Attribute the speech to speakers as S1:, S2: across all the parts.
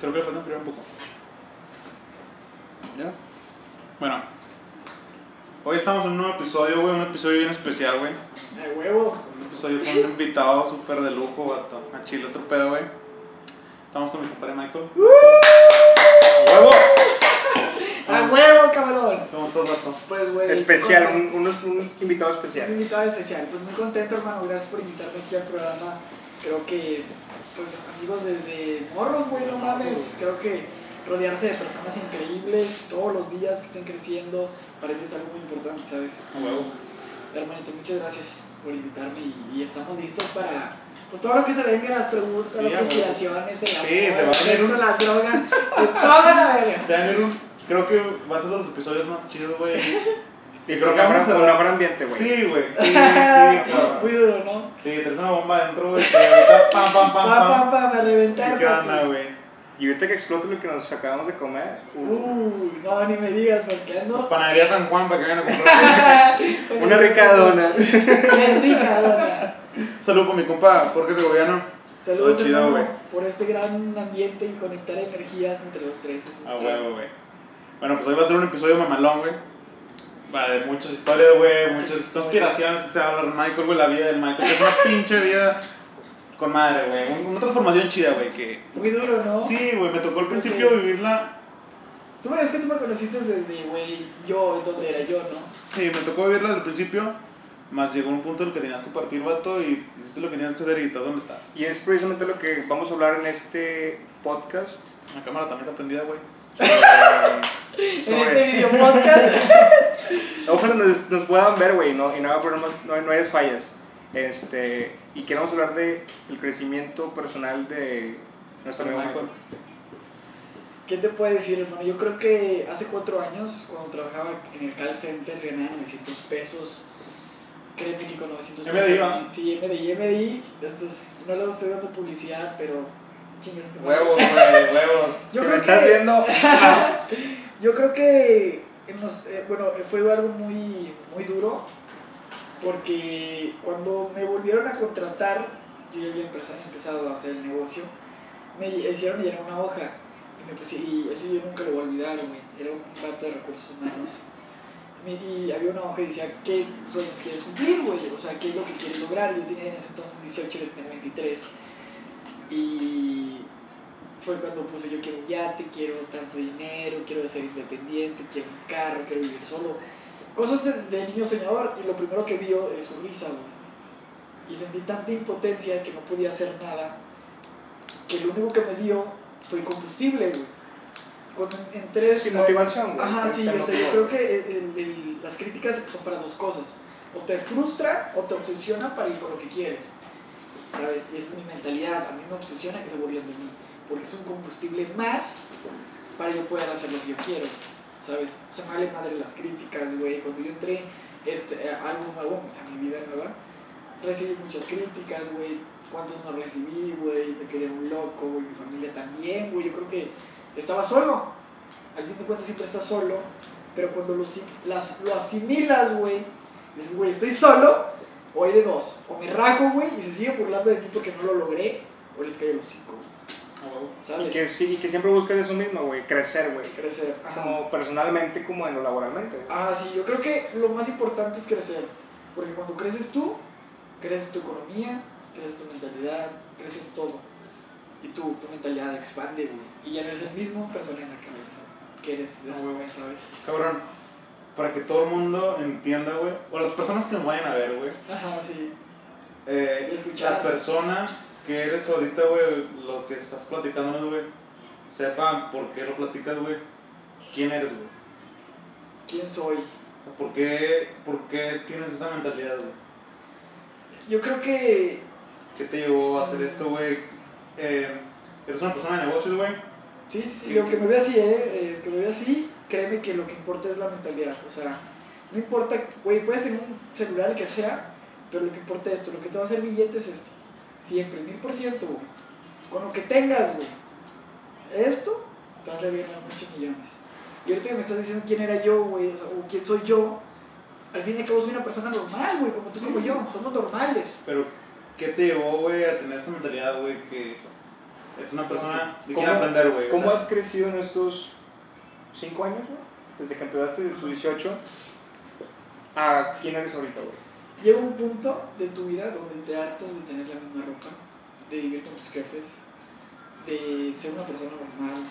S1: Creo que le falta enfriar un poco. ¿Ya? Bueno. Hoy estamos en un nuevo episodio, güey. Un episodio bien especial, güey.
S2: De huevo.
S1: Un episodio con un invitado súper de lujo, vato. A Chile, otro pedo, güey. Estamos con mi compadre Michael.
S2: huevo! ¡A huevo, cabrón!
S1: ¿Cómo estás, vato?
S2: Pues, güey.
S3: Especial,
S2: con-
S3: un, un- un invitado
S2: un
S3: especial.
S2: invitado especial. Pues muy contento, hermano. Gracias por invitarme aquí al programa. Creo que, pues, amigos desde morros, güey, no mames. Creo que rodearse de personas increíbles todos los días que estén creciendo para mí es algo muy importante, ¿sabes?
S1: A huevo.
S2: Hermanito, muchas gracias por invitarme y, y estamos listos para. Pues todo lo que se venga, las preguntas,
S1: Sí,
S2: las
S1: a huevo.
S2: conspiraciones, el amor,
S1: Sí, se va a
S2: el
S1: venir
S2: sexo,
S1: un-
S2: las drogas, de toda la verga.
S1: O sea, Nero, creo que va a ser de los episodios más chidos, güey.
S3: Y
S1: creo
S3: creo
S1: que
S3: que
S1: vamos a-
S3: habrá ambiente, güey.
S1: Sí, güey. Sí, sí, cabrón.
S2: Muy duro, ¿no?
S1: Sí, traes una bomba adentro, güey. que ahorita Pam,
S2: Pa,
S1: pam,
S2: pa,
S1: pam,
S2: pa, me
S1: pam.
S2: reventar.
S1: ¿Qué onda,
S2: papi.
S1: güey?
S3: Y ahorita que explote lo que nos acabamos de comer. uh,
S2: Uy, no, ni me digas, porque ando.
S1: Panadería San Juan para que vayan a comprar.
S3: una rica dona.
S2: Qué rica dona.
S1: Saludos con mi compa Jorge Segoviano.
S2: Saludos,
S1: Todo chido,
S2: hermano,
S1: güey.
S2: por este gran ambiente y conectar energías entre los tres. eso
S1: A
S2: está-
S1: huevo, güey. Bueno, pues hoy va a ser un episodio mamalón, güey. Va de muchas historias, güey, muchas conspiraciones que se va a hablar Michael, güey, la vida del Michael. que Es una pinche vida con madre, güey. Un- Una transformación chida, güey, que...
S2: Muy duro, ¿no?
S1: Sí, güey, me tocó al principio vivirla...
S2: Tú me es que tú me conociste desde, güey, yo, donde era yo, ¿no?
S1: Sí, me tocó vivirla desde el principio, más llegó un punto en el que tenías que partir, vato, y hiciste lo que tenías que hacer y estás donde estás.
S3: Y es precisamente lo que vamos a hablar en este podcast.
S1: La cámara también está prendida, güey.
S3: eh, sobre-
S2: En
S3: sobre-
S2: este video podcast.
S3: Ojalá nos, nos puedan ver, güey, no, y no haga problemas, no, hay- no hay fallas. Este, y queremos hablar de el crecimiento personal de nuestro amigo Michael.
S2: ¿Qué te puedo decir, hermano? Yo creo que hace cuatro años, cuando trabajaba en el call center, ganaba 900 pesos. Créeme que con 900 pesos.
S1: MDI, ¿va?
S2: Sí, MDI, MDI. Estos, no les estoy dando publicidad, pero chingas tu madre.
S1: Huevos, güey, huevos.
S2: Yo
S3: Si
S2: creo
S3: me estás
S2: que-
S3: viendo,
S2: Yo creo que en los- eh, bueno, eh, fue algo muy, muy duro porque cuando me volvieron a contratar, yo ya había empezado, empezado a hacer el negocio, me hicieron llenar una hoja y, me pusi- y eso yo nunca lo voy a olvidar, güey, era un vato de recursos humanos. Me- Y había una hoja y decía, ¿qué sueños quieres cumplir, güey? O sea, ¿qué es lo que quieres lograr? Yo tenía en ese entonces 18, ahora tengo 23. Y fue cuando puse yo quiero un yate, quiero tanto dinero, quiero ser independiente, quiero un carro, quiero vivir solo. Cosas de niño soñador y lo primero que vio es su risa, güey. Y sentí tanta impotencia que no podía hacer nada, que lo único que me dio fue combustible, güey. Cuando entré...
S3: sin motivación, güey.
S2: Ajá, sí,
S3: Te- te
S2: o sea, yo
S3: motivó.
S2: creo que el- el- las críticas son para dos cosas. O te frustra o te obsesiona para ir por lo que quieres. ¿Sabes? Y esa es mi mentalidad. A mí me obsesiona que se burlen de mí. Porque es un combustible más para yo poder hacer lo que yo quiero. ¿Sabes? O sea, me vale madre las críticas, güey. Cuando yo entré este, a algo nuevo, a mi vida nueva, recibí muchas críticas, güey. ¿Cuántos no recibí, güey? Me quería un loco, güey. Mi familia también, güey. Yo creo que estaba solo al fin de cuentas siempre estás solo, pero cuando lo, si- las, lo asimilas, güey, dices, güey, estoy solo, o hay de dos, o me rajo, güey, y se sigue burlando de mí porque no lo logré, o les cae el hocico, güey,
S1: A huevo.
S2: ¿sabes?
S3: Y que, sí, y que siempre busques eso mismo, güey, crecer, güey.
S2: Crecer. Ajá.
S3: Como personalmente como en lo laboralmente, güey.
S2: Ah, sí, yo creo que lo más importante es crecer, porque cuando creces tú, creces tu economía, creces tu mentalidad, creces todo, y tu, tu mentalidad expande, güey, y ya no eres el mismo persona en la que eres, que eres de
S1: Ah,
S2: joven, ¿sabes?
S1: Cabrón, para que todo el mundo entienda, güey, o las personas que nos vayan a ver, güey,
S2: Ajá, sí.
S1: eh,
S2: Y escuchar.
S1: la persona que eres ahorita, güey, lo que estás platicando, güey, sepan por qué lo platicas, güey, quién eres, güey,
S2: ¿Quién soy?
S1: o sea, por qué, por qué tienes esa mentalidad, güey,
S2: Yo creo que
S1: qué te llevó a hacer esto, güey, Eh, eres una persona de negocios, güey,
S2: Sí, sí, sí,
S1: Que-
S2: aunque me vea así, eh, eh, que me vea así, créeme que lo que importa es la mentalidad, o sea, no importa, güey, puedes ser un celular el que sea, pero lo que importa es esto, lo que te va a hacer billete es esto, siempre, mil por ciento, güey, con lo que tengas, güey, esto te va a hacer ganar muchos millones. Y ahorita que me estás diciendo quién era yo, güey, o, sea, o quién soy yo, al fin y al cabo soy una persona normal, güey, como tú, como yo, somos normales.
S1: pero qué te llevó, güey, a tener esa mentalidad, güey, que Es una persona que
S3: ¿Cómo-
S1: quiere aprender, güey. o
S3: ¿Cómo
S1: sea,
S3: has crecido en estos 5 años, güey? Desde que empezaste de tus 18 a quién eres ahorita, güey.
S2: Llega un punto de tu vida donde te hartas de tener la misma ropa, de vivir con tus jefes, de ser una persona normal,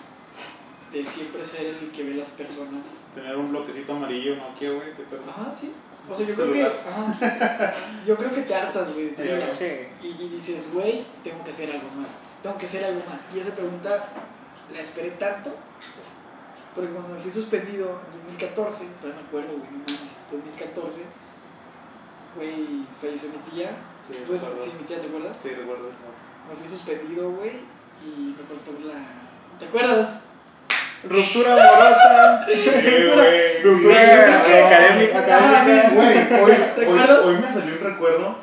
S2: de siempre ser el que ve las personas.
S1: Tener un bloquecito amarillo, no quiero, güey. ¿Te acuerdas?
S3: Ah,
S2: Ajá, sí. O sea, yo creo que,
S1: Celular.
S2: ajá, yo creo que te hartas, güey, de tu
S1: Sí,
S2: vida.
S1: sí.
S2: Y, y dices, güey, tengo que hacer algo más. Tengo que hacer algo más. Y esa pregunta la esperé tanto, porque cuando me fui suspendido en 2014, todavía me acuerdo, güey, no mames, 2014, güey, falleció mi tía.
S1: Sí,
S2: Bueno,
S1: recuerdo.
S2: sí, mi tía, ¿te acuerdas?
S1: Sí, recuerdo.
S2: Me fui suspendido, güey, y me cortó la... ¿Te acuerdas?
S3: Ruptura amorosa.
S1: Sí, güey.
S3: Ruptura
S1: Sí,
S3: académica.
S2: Ah, sí,
S3: académica.
S1: Güey, hoy,
S2: ¿Te
S1: hoy,
S2: acuerdas?
S1: hoy me salió un recuerdo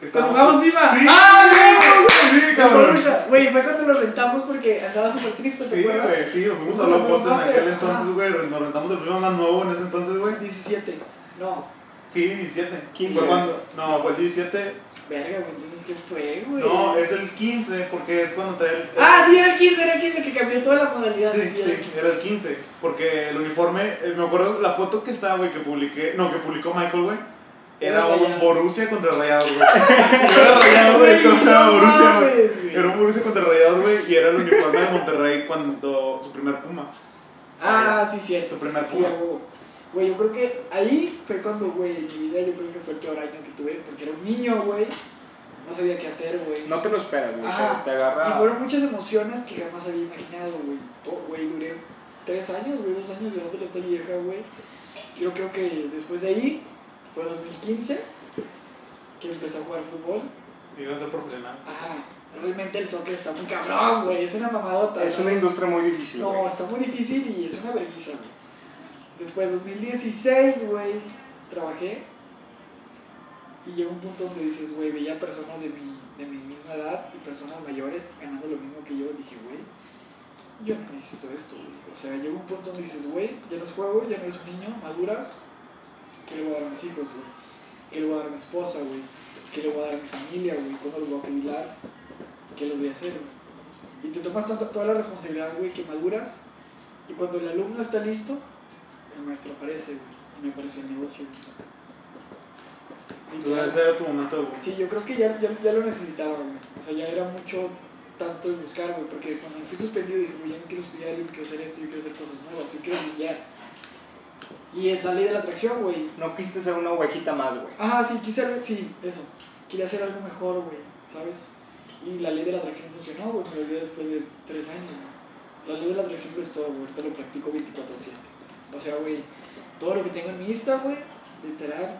S1: que
S2: Cuando
S1: estábamos...
S2: vamos viva.
S1: Sí,
S2: ¡Ah, güey!
S1: güey, sí, cabrón.
S2: Con Rusia. Güey, fue cuando lo rentamos porque andaba súper triste, ¿te
S1: Sí,
S2: acuerdas?
S1: güey, sí, nos fuimos a
S2: Nos
S1: Locos en
S2: fuimos a Ah.
S1: aquel
S2: hacer-
S1: entonces,
S2: ajá.
S1: güey. Nos rentamos el programa más nuevo en ese entonces, güey.
S2: 17. No,
S1: Sí, 17.
S3: 15.
S1: Fue cuando- no, fue el 17.
S2: verga, güey, entonces ¿qué fue, güey?
S1: No, es el 15, porque es cuando trae el. el-
S2: Ah, sí, era el 15, era el 15 que cambió toda la modalidad.
S1: Sí,
S2: sí,
S1: sí,
S2: era el 15.
S1: era el 15. Porque el uniforme, eh, me acuerdo la foto que estaba, güey, que publiqué, no, que publicó Michael, güey. Era
S2: Era
S1: un
S2: Rayados.
S1: Borussia contra Rayados, güey. Era Rayados, güey, contra
S2: no
S1: Borussia, güey.
S2: mames, güey.
S1: Era un Borussia contra Rayados, güey, y era el uniforme de Monterrey cuando su primer Puma.
S2: Ah, sí, cierto.
S1: Tu primer
S2: sí,
S1: puma.
S2: a huevo. Güey, yo creo que ahí fue cuando, güey, en mi vida yo creo que fue el peor año que tuve, porque era un niño, güey. No sabía qué hacer, güey.
S3: No te lo esperas, güey.
S2: Ah,
S3: te, te agarra.
S2: Y fueron muchas emociones que jamás había imaginado, güey. To- Güey, duré tres años, güey, dos años llorándole a esta vieja, güey. Yo creo que después de ahí, fue 2015, que empecé a jugar fútbol.
S1: Y iba a ser profesional.
S2: Ajá, realmente el soccer está muy cabrón, güey. Es una mamadota.
S3: Es una
S2: ¿sabes?
S3: industria muy difícil, güey.
S2: No, está muy difícil y es una vergüenza, güey. Después, 2016, güey, trabajé. Y llegó un punto donde dices, güey, veía personas de mi, de mi misma edad y personas mayores ganando lo mismo que yo. Dije, güey, yo no necesito esto, güey. O sea, llegó un punto donde dices, güey, ya no es juego, ya no eres un niño, maduras. ¿Qué le voy a dar a mis hijos, güey? ¿Qué le voy a dar a mi esposa, güey? ¿Qué le voy a dar a mi familia, güey? ¿Cuándo los voy a jubilar? ¿Qué les voy a hacer, güey? Y te tomas tanta, toda la responsabilidad, güey, que maduras. Y cuando el alumno está listo, el maestro aparece, güey. Y me apareció el negocio, güey.
S1: Tú
S2: Literal.
S1: ese era tu momento, güey.
S2: Sí, yo creo que ya, ya, ya lo necesitaba, güey. O sea, ya era mucho tanto de buscar, güey. Porque cuando fui suspendido dije, güey, yo no quiero estudiar, yo no quiero hacer esto, yo quiero hacer cosas nuevas, yo quiero brillar. Y es la ley de la atracción, güey.
S3: No quisiste ser una ovejita más, güey.
S2: Ah, sí, quise algo, sí, eso. Quería hacer algo mejor, güey, ¿sabes? Y la ley de la atracción funcionó, güey, me lo dio después de tres años, güey. La ley de la atracción pues todo, güey, ahorita lo practico 24-7. O sea, güey, todo lo que tengo en mi Insta, güey, literal,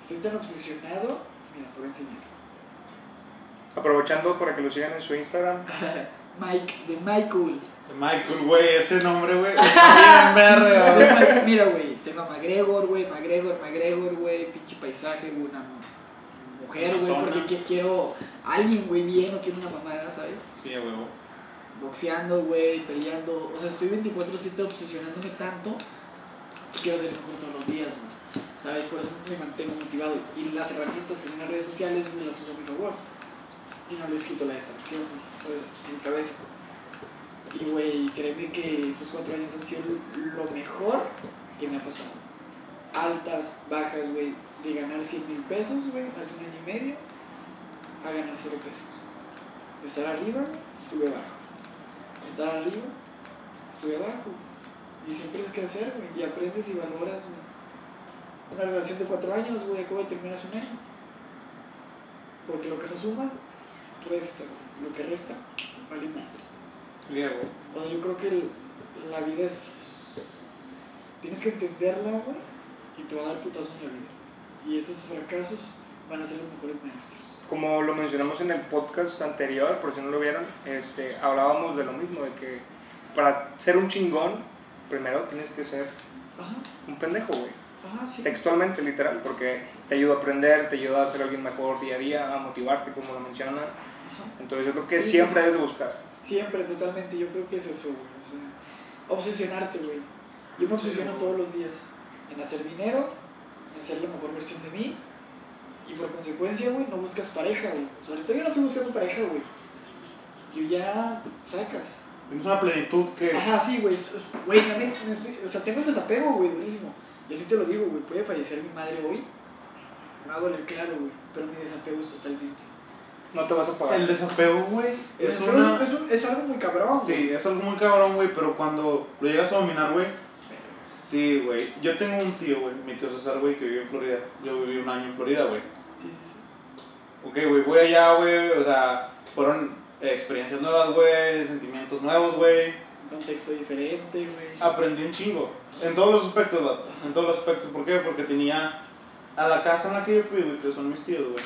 S2: estoy tan obsesionado, mira, te voy a
S3: Aprovechando para que lo sigan en su Instagram.
S2: enseñar. Mike, de Michael.
S1: Michael, güey, ese nombre, güey. Está bien verga, güey.
S2: Mike, Mira, güey, tema McGregor, güey, McGregor, McGregor, güey, pinche paisaje, güey, una mujer,
S1: Una
S2: güey,
S1: zona.
S2: porque qui- quiero alguien, güey, bien, no quiero una mamada, ¿sabes?
S1: Sí, a huevo.
S2: boxeando, güey, peleando. O sea, estoy 24-7 obsesionándome tanto que quiero ser mejor todos los días, güey. ¿Sabes? Por eso me mantengo motivado. Y las herramientas que son las redes sociales, güey, las uso a mi favor. Y no les quito la distracción, güey, ¿sabes? En mi cabeza. Y, güey, créeme que esos cuatro años han sido lo mejor que me ha pasado. Altas, bajas, güey. De ganar 100 mil pesos, güey, hace un año y medio, a ganar cero pesos. De estar arriba, estuve abajo estar arriba, estuve abajo. Y siempre es crecer, güey. Y aprendes y valoras, güey. Una relación de cuatro años, güey, acabo de terminar hace un año. Porque lo que no suma, resta, güey. Lo que resta, vale madre.
S1: Sí, a huevo.
S2: O sea, yo creo que el- la vida es. Tienes que entenderla, güey, y te va a dar putazo en la vida. Y esos fracasos van a ser los mejores maestros.
S3: Como lo mencionamos en el podcast anterior, por si no lo vieron, este, hablábamos de lo mismo, de que para ser un chingón, primero tienes que ser
S2: Ajá,
S3: un pendejo, güey.
S2: ajá, sí.
S3: Textualmente, literal, porque te ayuda a aprender, te ayuda a ser alguien mejor día a día, a motivarte, como lo mencionan.
S2: Ajá.
S3: Entonces es lo que
S2: Sí, sí,
S3: siempre
S2: sí.
S3: debes de buscar.
S2: Siempre, totalmente. Yo creo que es eso, güey. O sea, obsesionarte, güey. Yo me obsesiono todos los días en hacer dinero, en ser la mejor versión de mí. Y por consecuencia, güey, no buscas pareja, güey. O sea, ahorita yo no estoy buscando pareja, güey. yo ya sacas.
S1: Tienes una plenitud que.
S2: Ajá, sí, güey. es- es- Güey, ya me- me estoy- o sea, tengo el desapego, güey, durísimo. Y así te lo digo, güey. Puede fallecer mi madre hoy. Me va a doler, claro, güey. Pero mi desapego es totalmente.
S3: No te vas a pagar.
S1: El desapego, güey.
S2: El
S1: Es
S2: desapego
S1: una.
S2: es, un- es algo muy cabrón. güey.
S1: Sí, es algo muy cabrón, güey, pero cuando lo llegas a dominar, güey. Sí, güey. Yo tengo un tío, güey, mi tío César, güey, que vive en Florida. Yo viví un año en Florida, güey.
S2: Sí, sí, sí.
S1: Ok, güey, voy allá, güey. O sea, fueron eh, experiencias nuevas, güey, sentimientos nuevos, güey.
S2: Un contexto diferente, güey.
S1: Aprendí un chingo. En todos los aspectos, vato, En todos los aspectos. ¿Por qué? Porque tenía a la casa en la que yo fui, güey, que son mis tíos, güey.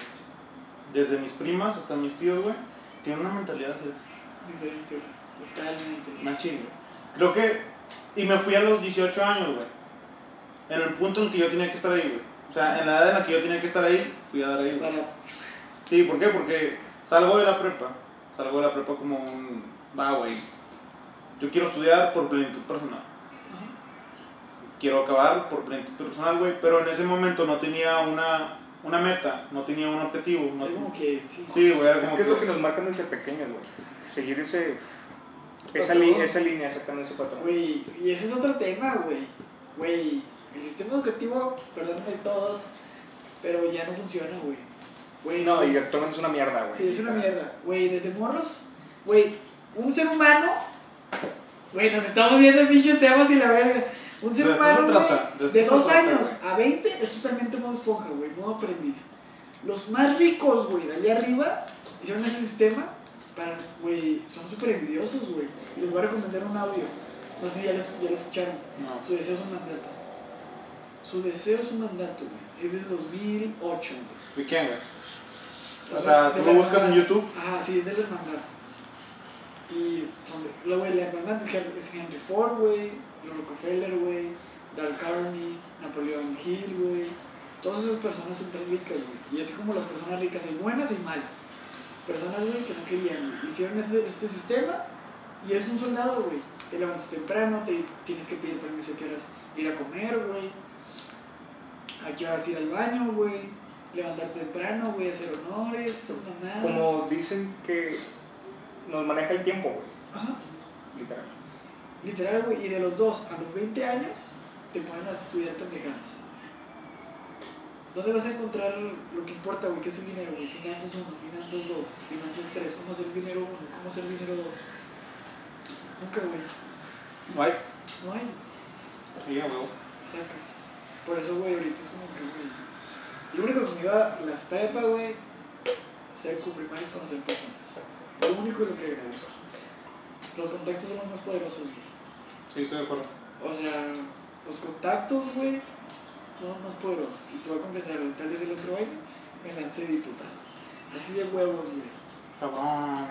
S1: Desde mis primas hasta mis tíos, güey. Tienen una mentalidad güey,
S2: Diferente, güey. Totalmente.
S1: Machín, güey. Creo que. Y me fui a los 18 años, güey. En el punto en que yo tenía que estar ahí, güey. O sea, en la edad en la que yo tenía que estar ahí, fui a dar ahí, güey.
S2: Para.
S1: Sí, ¿por qué? Porque salgo de la prepa. Salgo de la prepa como un. Va, güey. Yo quiero estudiar por plenitud personal. Quiero acabar por plenitud personal, güey. Pero en ese momento no tenía una, una meta, no tenía un objetivo. no-
S2: Algo como que sí.
S1: Sí, güey, era como
S3: Es que es lo que nos marcan desde pequeños, güey. Seguir ese, esa,
S2: Patrón.
S3: li- esa línea, exactamente ese patrón.
S2: Güey, y ese es otro tema, güey. Güey, el sistema educativo, perdónenme todos, pero ya no funciona, güey. Güey,
S3: No, y actualmente es una mierda, güey.
S2: Sí, es una mierda. Güey, desde morros, güey, un ser humano. Güey, nos estamos viendo en pinches temas y la verga. Un ser
S1: De esto se
S2: humano güey,
S1: trata, de
S2: de,
S1: esto se
S2: dos
S1: trata,
S2: años a 20 es totalmente modo esponja, güey, modo aprendiz. Los más ricos, güey, de allá arriba, hicieron ese sistema para, güey, son súper envidiosos, güey. Les voy a recomendar un audio. No sé si ya lo, ya lo escucharon.
S1: No.
S2: Su deseo es un mandato. Su deseo es un mandato, güey. Es del 2008, güey.
S1: ¿De quién, güey? O sea,
S2: de
S1: tú
S2: la
S1: lo buscas en
S2: hermandad.
S1: YouTube.
S2: Ajá, sí, es de la hermandad. Y son de, la, güey, la hermandad es Hen- es Henry Ford, güey, los Rockefeller, güey, Dal Carney, Napoleón Hill, güey. Todas esas personas son tan ricas, güey. Y así como las personas ricas hay buenas y malas. Personas, güey, que no querían, güey. Hicieron ese- este sistema y eres un soldado, güey. Te levantas temprano, te tienes que pedir permiso a qué horas ir a comer, güey. A qué horas ir al baño, güey. Levantarte temprano, güey, hacer honores, esas mamadas.
S3: Como dicen que nos maneja el tiempo, güey.
S2: Ajá.
S3: Literal.
S2: Literal, güey. Y de los dos a los 20 años te ponen a estudiar pendejadas. ¿Dónde vas a encontrar lo que importa, güey? ¿Qué es el dinero, güey? Finanzas 1, finanzas 2, finanzas 3. ¿Cómo hacer dinero 1? ¿Cómo hacer dinero 2? Nunca, güey.
S1: Guay.
S2: No hay.
S1: Sí, a huevo.
S2: Sacas. Por eso, güey, ahorita es como que, güey. Lo único que me iba a las prepa, güey, seco, primaria es conocer personas. Lo único y lo que agradezco. Los contactos son los más poderosos, güey.
S1: Sí, estoy de acuerdo.
S2: O sea, los contactos, güey, son los más poderosos. Y te voy a confesar, tal vez el otro año me lancé diputado. Así de huevos, güey.
S1: Cabrón.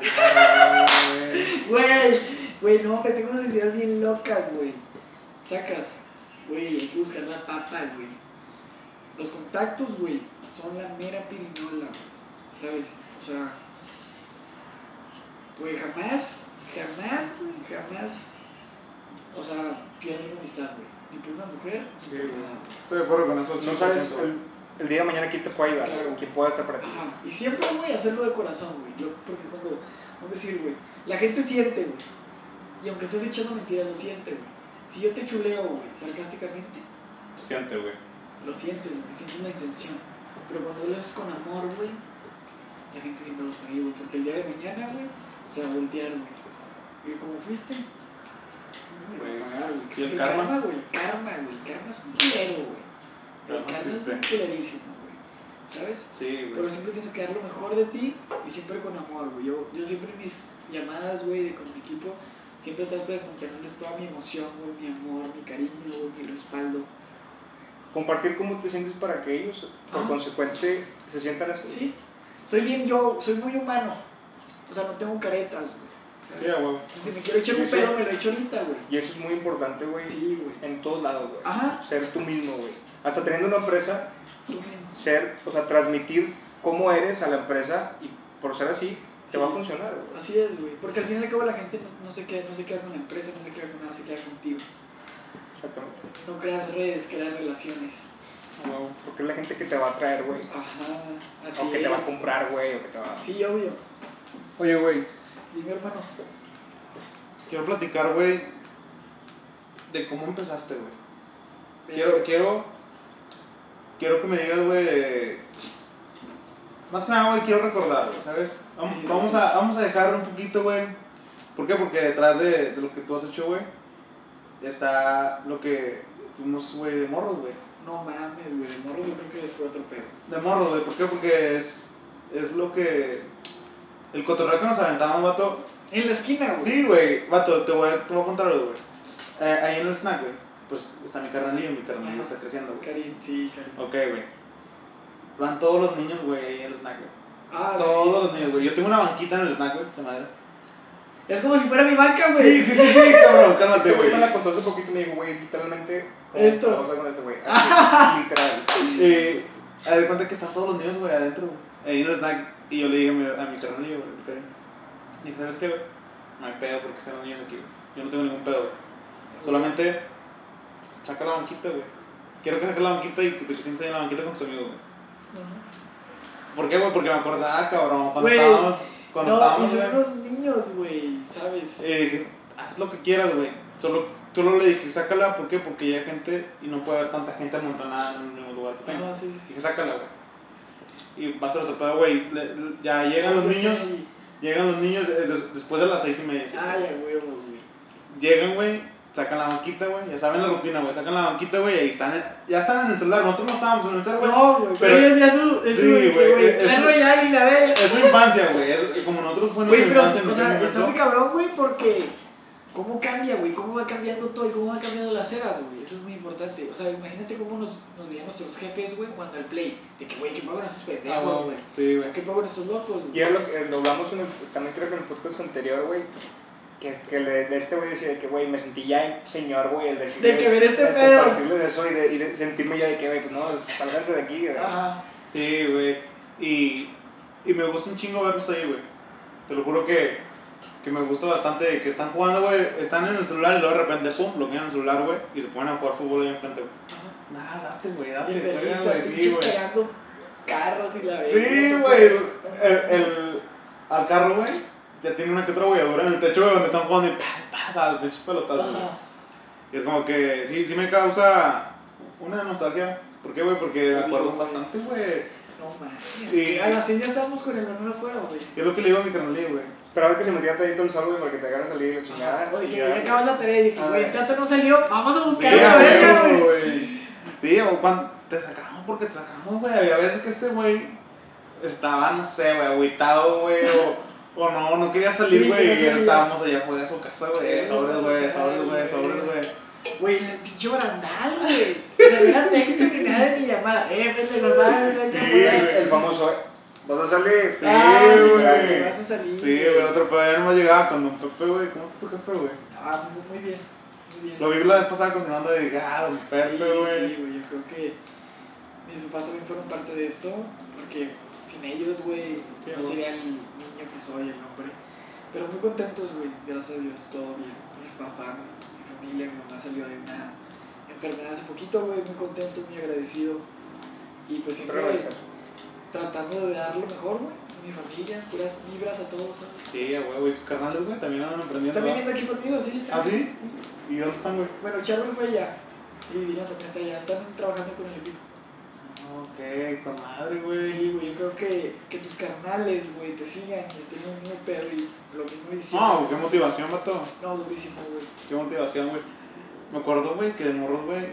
S1: güey.
S2: Güey, güey, no, me tengo unas ideas bien locas, güey. Sacas, güey, hay que buscar la papa, güey. Los contactos, güey, son la mera pirinola, güey, ¿sabes? O sea, güey, jamás, jamás, güey, jamás, o sea, pierdes una amistad, güey. Ni por una mujer, ni
S1: Sí,
S2: por
S1: güey.
S2: nada.
S1: Estoy de acuerdo con eso.
S3: No
S1: 100%,
S3: sabes
S1: güey.
S3: el, el día de mañana quién te puede ayudar,
S2: Claro.
S3: quién puede estar para ti.
S2: Ajá. Y siempre, güey, hacerlo de corazón, güey. Yo- Porque cuando, vamos a decir, güey, la gente siente, güey. Y aunque estés echando mentiras, lo siente, güey. Si yo te chuleo, güey, sarcásticamente,
S1: Siente, güey.
S2: lo sientes, güey, sientes una intención. Pero cuando lo haces con amor, güey, la gente siempre lo sabe, güey. Porque el día de mañana, güey, se va a voltear, güey. Y como fuiste, te va a
S1: Güey,
S2: pagar, güey.
S1: ¿y
S2: Ese
S1: el
S2: es el
S1: karma?
S2: karma, güey. El karma, güey. El karma es un culero, güey. El
S1: Karma
S2: karma es
S1: existe.
S2: un culerísimo, güey. ¿Sabes?
S1: Sí,
S2: Pero
S1: güey.
S2: siempre tienes que dar lo mejor de ti y siempre con amor, güey. Yo, yo siempre en mis llamadas, güey, de con mi equipo, siempre trato de contenerles toda mi emoción, güey, mi amor, mi cariño, güey, mi respaldo.
S3: Compartir cómo te sientes para que ellos, por
S2: Ajá.
S3: consecuente, se sientan así.
S2: Sí, soy bien yo, soy muy humano. O sea, no tengo caretas, güey.
S1: Sí, a
S2: ¿sabes?
S1: huevo.
S2: Si me quiero echar un
S3: Yo sé.
S2: pedo, me lo echo ahorita, güey.
S3: Y eso es muy importante, güey,
S2: Sí, güey.
S3: en todos lados, güey.
S2: Ajá,
S3: Ser tú mismo, güey. Hasta teniendo una empresa,
S2: tú mismo.
S3: ser, o sea, transmitir cómo eres a la empresa y por ser así,
S2: Sí.
S3: te va a funcionar, güey.
S2: Así es, güey. Porque al fin y al cabo la gente no, no se queda, no se queda con la empresa, no se queda con nada, se queda contigo.
S3: Exactamente.
S2: No creas redes, creas relaciones.
S1: A huevo.
S3: Porque es la gente que te va a traer, güey.
S2: Ajá, así
S3: O que
S2: es.
S3: te va a comprar, güey, o que te va a...
S2: Sí, obvio.
S1: Oye, güey.
S2: Dime, hermano.
S1: Quiero platicar, güey, de cómo empezaste, güey.
S2: Ve,
S1: Quiero,
S2: güey.
S1: quiero, quiero que me digas, güey. Más que nada, güey, quiero recordar, güey, ¿sabes? Vamos,
S2: Sí, sí,
S1: vamos
S2: sí.
S1: A, vamos a dejar un poquito, güey. ¿Por qué? Porque detrás de, de lo que tú has hecho, güey, está lo que fuimos, güey, de morros, güey.
S2: No mames, güey. El morro yo creo que fue otro pedo.
S1: De morros, güey. ¿Por qué? Porque es, es lo que. El cotorreo que nos aventamos, vato.
S2: En la esquina, güey.
S1: Sí, güey, vato, te voy, a- te voy a contar algo, güey. Eh, ahí en el snack, güey, pues está mi carnalillo, mi carnalillo está creciendo, güey.
S2: Karim, sí, Karim.
S1: Ok, güey. Van todos los niños, güey, ahí en el snack, güey.
S2: Ah,
S1: Todos
S2: güey.
S1: los niños, güey. Yo tengo una banquita en el snack, güey, de madre.
S2: Es como si fuera mi banca, güey.
S1: Sí, sí, sí, sí, cabrón,
S3: Este
S1: cálmate,
S3: güey
S1: güey.
S3: me la contó hace poquito y me dijo, güey, literalmente.
S2: Esto.
S3: Vamos a con este güey. Así, Literal.
S1: Eh, a ver, cuenta que están todos los niños, güey, adentro, güey. Ahí en el snack. Y yo le dije a mi, a mi carnalillo, güey, mi carnal. Dije, ¿sabes qué, güey? No hay pedo porque están los niños aquí, güey. Yo no tengo ningún pedo, güey. Solamente saca la banquita, güey. Quiero que saques la banquita y que te sientes ahí en la banquita con tus amigos, güey.
S2: Ajá.
S1: ¿Por qué, güey? Porque me acordaba, cabrón, cuando
S2: Güey,
S1: estábamos. Cuando
S2: No, y
S1: estábamos.
S2: son
S1: güey,
S2: unos niños, güey. ¿Sabes?
S1: eh, dije, haz lo que quieras, güey. Solo, solo le dije, sácala, ¿por qué? Porque ya hay gente y no puede haber tanta gente amontonada en un mismo lugar que tengo.
S2: Ajá, Ah, sí.
S1: Dije, sácala, güey. Y va a ser otro pedo, güey. Le- le- Ya llegan los
S2: Ah, sí.
S1: niños, llegan los niños eh, des- después de las seis y media. siete.
S2: Ay, a huevo, güey.
S1: Llegan, güey, sacan la banquita, güey. Ya saben la rutina, güey. Sacan la banquita, güey, y ahí están. en- ya están en el celular. Nosotros no estábamos en el celular, güey.
S2: No, güey.
S1: pero-
S2: Pero ellos ya su. Es
S1: Sí,
S2: su. de que,
S1: güey,
S2: güey,
S1: es- es
S2: Clash
S1: su-
S2: Royale y la verga.
S1: Es su infancia, güey. es- Como nosotros fue nuestra
S2: Güey, pero,
S1: infancia en
S2: o
S1: ese
S2: sea, está
S1: momento.
S2: muy cabrón, güey, porque cómo cambia, güey, cómo va cambiando todo y cómo va cambiando las eras, güey. Eso es muy importante. O sea, imagínate cómo nos, nos veían nuestros jefes, güey, cuando al play. De que, güey, que paguen esos
S1: Ah,
S2: pendejos, güey.
S1: Sí, güey.
S2: Que paguen esos locos,
S3: Y
S2: güey.
S3: era lo que lo hablamos en el- también creo que en el podcast anterior, güey. Que, es- que le- de este güey decía de que, güey, me sentí ya señor, güey, el decirles-
S2: De que ver este
S3: de
S2: pedo.
S3: compartirles eso y de, y de sentirme ya de que, güey, pues no, salganse de aquí, güey.
S2: Ajá.
S1: Sí, güey. Y, y me gusta un chingo verlos ahí, güey. Te lo juro que, que me gusta bastante que están jugando, güey. Están en el celular y luego de repente, pum, bloquean el celular, güey. Y se ponen a jugar fútbol ahí enfrente, güey.
S2: ajá.
S1: Nah, date, güey,
S2: Y
S1: date.
S2: en
S1: juegan,
S2: vergüenza,
S1: güey,
S2: pinche
S1: Sí, güey.
S2: pegando carros y la verga.
S1: Sí,
S2: no Pues,
S1: güey.
S2: puedes.
S1: El, el- al carro, güey, ya tiene una que otra bolladura en el techo, güey, donde están jugando y pa, pa, pa, pinche pelotazo, güey.
S2: Ajá.
S1: Y es como que sí, sí me causa una nostalgia. ¿Por qué, güey? Porque me acuerdo bastante, güey.
S2: No, man.
S1: Y-
S2: A las seis ya estábamos con el menú afuera, güey.
S1: Es lo que le digo a mi carnalillo, güey.
S3: Esperaba que se metiera tantito el sol, güey, para que te agarren salir y la chingada.
S2: Ah, Oye, que
S3: Y ya,
S2: ya acabas la tarea y dije,
S3: Ah,
S2: güey,
S3: güey.
S2: este dato no salió, vamos a
S1: Sí,
S2: buscar la verga, güey.
S1: güey. Sí, o cuando te sacamos porque te sacamos, güey. Había veces que este güey estaba, no sé, güey, agüitado, güey, o, o no, no quería salir,
S2: Sí,
S1: güey.
S2: quería
S1: y
S2: salir.
S1: estábamos allá afuera de su casa, güey.
S2: Sí,
S1: Sobres,
S2: no,
S1: güey,
S2: no,
S1: sobres,
S2: no,
S1: güey,
S2: no,
S1: sobres,
S2: no.
S1: güey.
S2: Güey, en el pinche barandal, güey. O sea, no era texto ni nada de mi llamada. Eh, vete, no sabes, no hay que
S1: Sí,
S2: apoyar.
S1: güey.
S3: El famoso, ¿eh? ¿vas a salir?
S1: Sí,
S2: Ah, sí,
S1: güey.
S2: güey, vas a salir.
S1: Sí, güey, el otro pedo ya no me llegaba con Don Pepe, güey. ¿Cómo está tu jefe, güey?
S2: Ah, muy- muy bien, muy bien.
S1: Lo vi la vez pasada cocinando y dije, ah, Don
S2: Sí,
S1: Pepe,
S2: sí,
S1: güey.
S2: sí, güey, yo creo que mis papás también fueron parte de esto, porque sin ellos, güey,
S1: Sí,
S2: no
S1: güey.
S2: sería el niño que soy, el hombre. Pero muy contentos, güey, gracias a Dios, todo bien. Mis papás, mi familia, mi mamá salió de una enfermedad hace poquito, güey, muy contento, muy agradecido. Y pues siempre
S3: Siempre lo hice.
S2: tratando de dar lo mejor, güey, a mi familia, puras vibras a todos, ¿sabes?
S1: Sí, güey, güey, tus carnales, güey, también andan aprendiendo.
S2: Están viniendo aquí conmigo, sí, están.
S1: ¿Ah, sí? ¿Y dónde están, güey?
S2: Bueno, Charlie fue allá y Dylan también está allá, están trabajando con el equipo.
S1: Ok, con madre, güey.
S2: Sí, güey, yo creo que, que tus carnales, güey, te sigan y estén en un mismo perro y lo mismo
S1: No,
S2: hicieron.
S1: güey, qué motivación, vato.
S2: No, durísimo, güey.
S1: Qué motivación, güey. Me acuerdo, güey, que de morros, güey,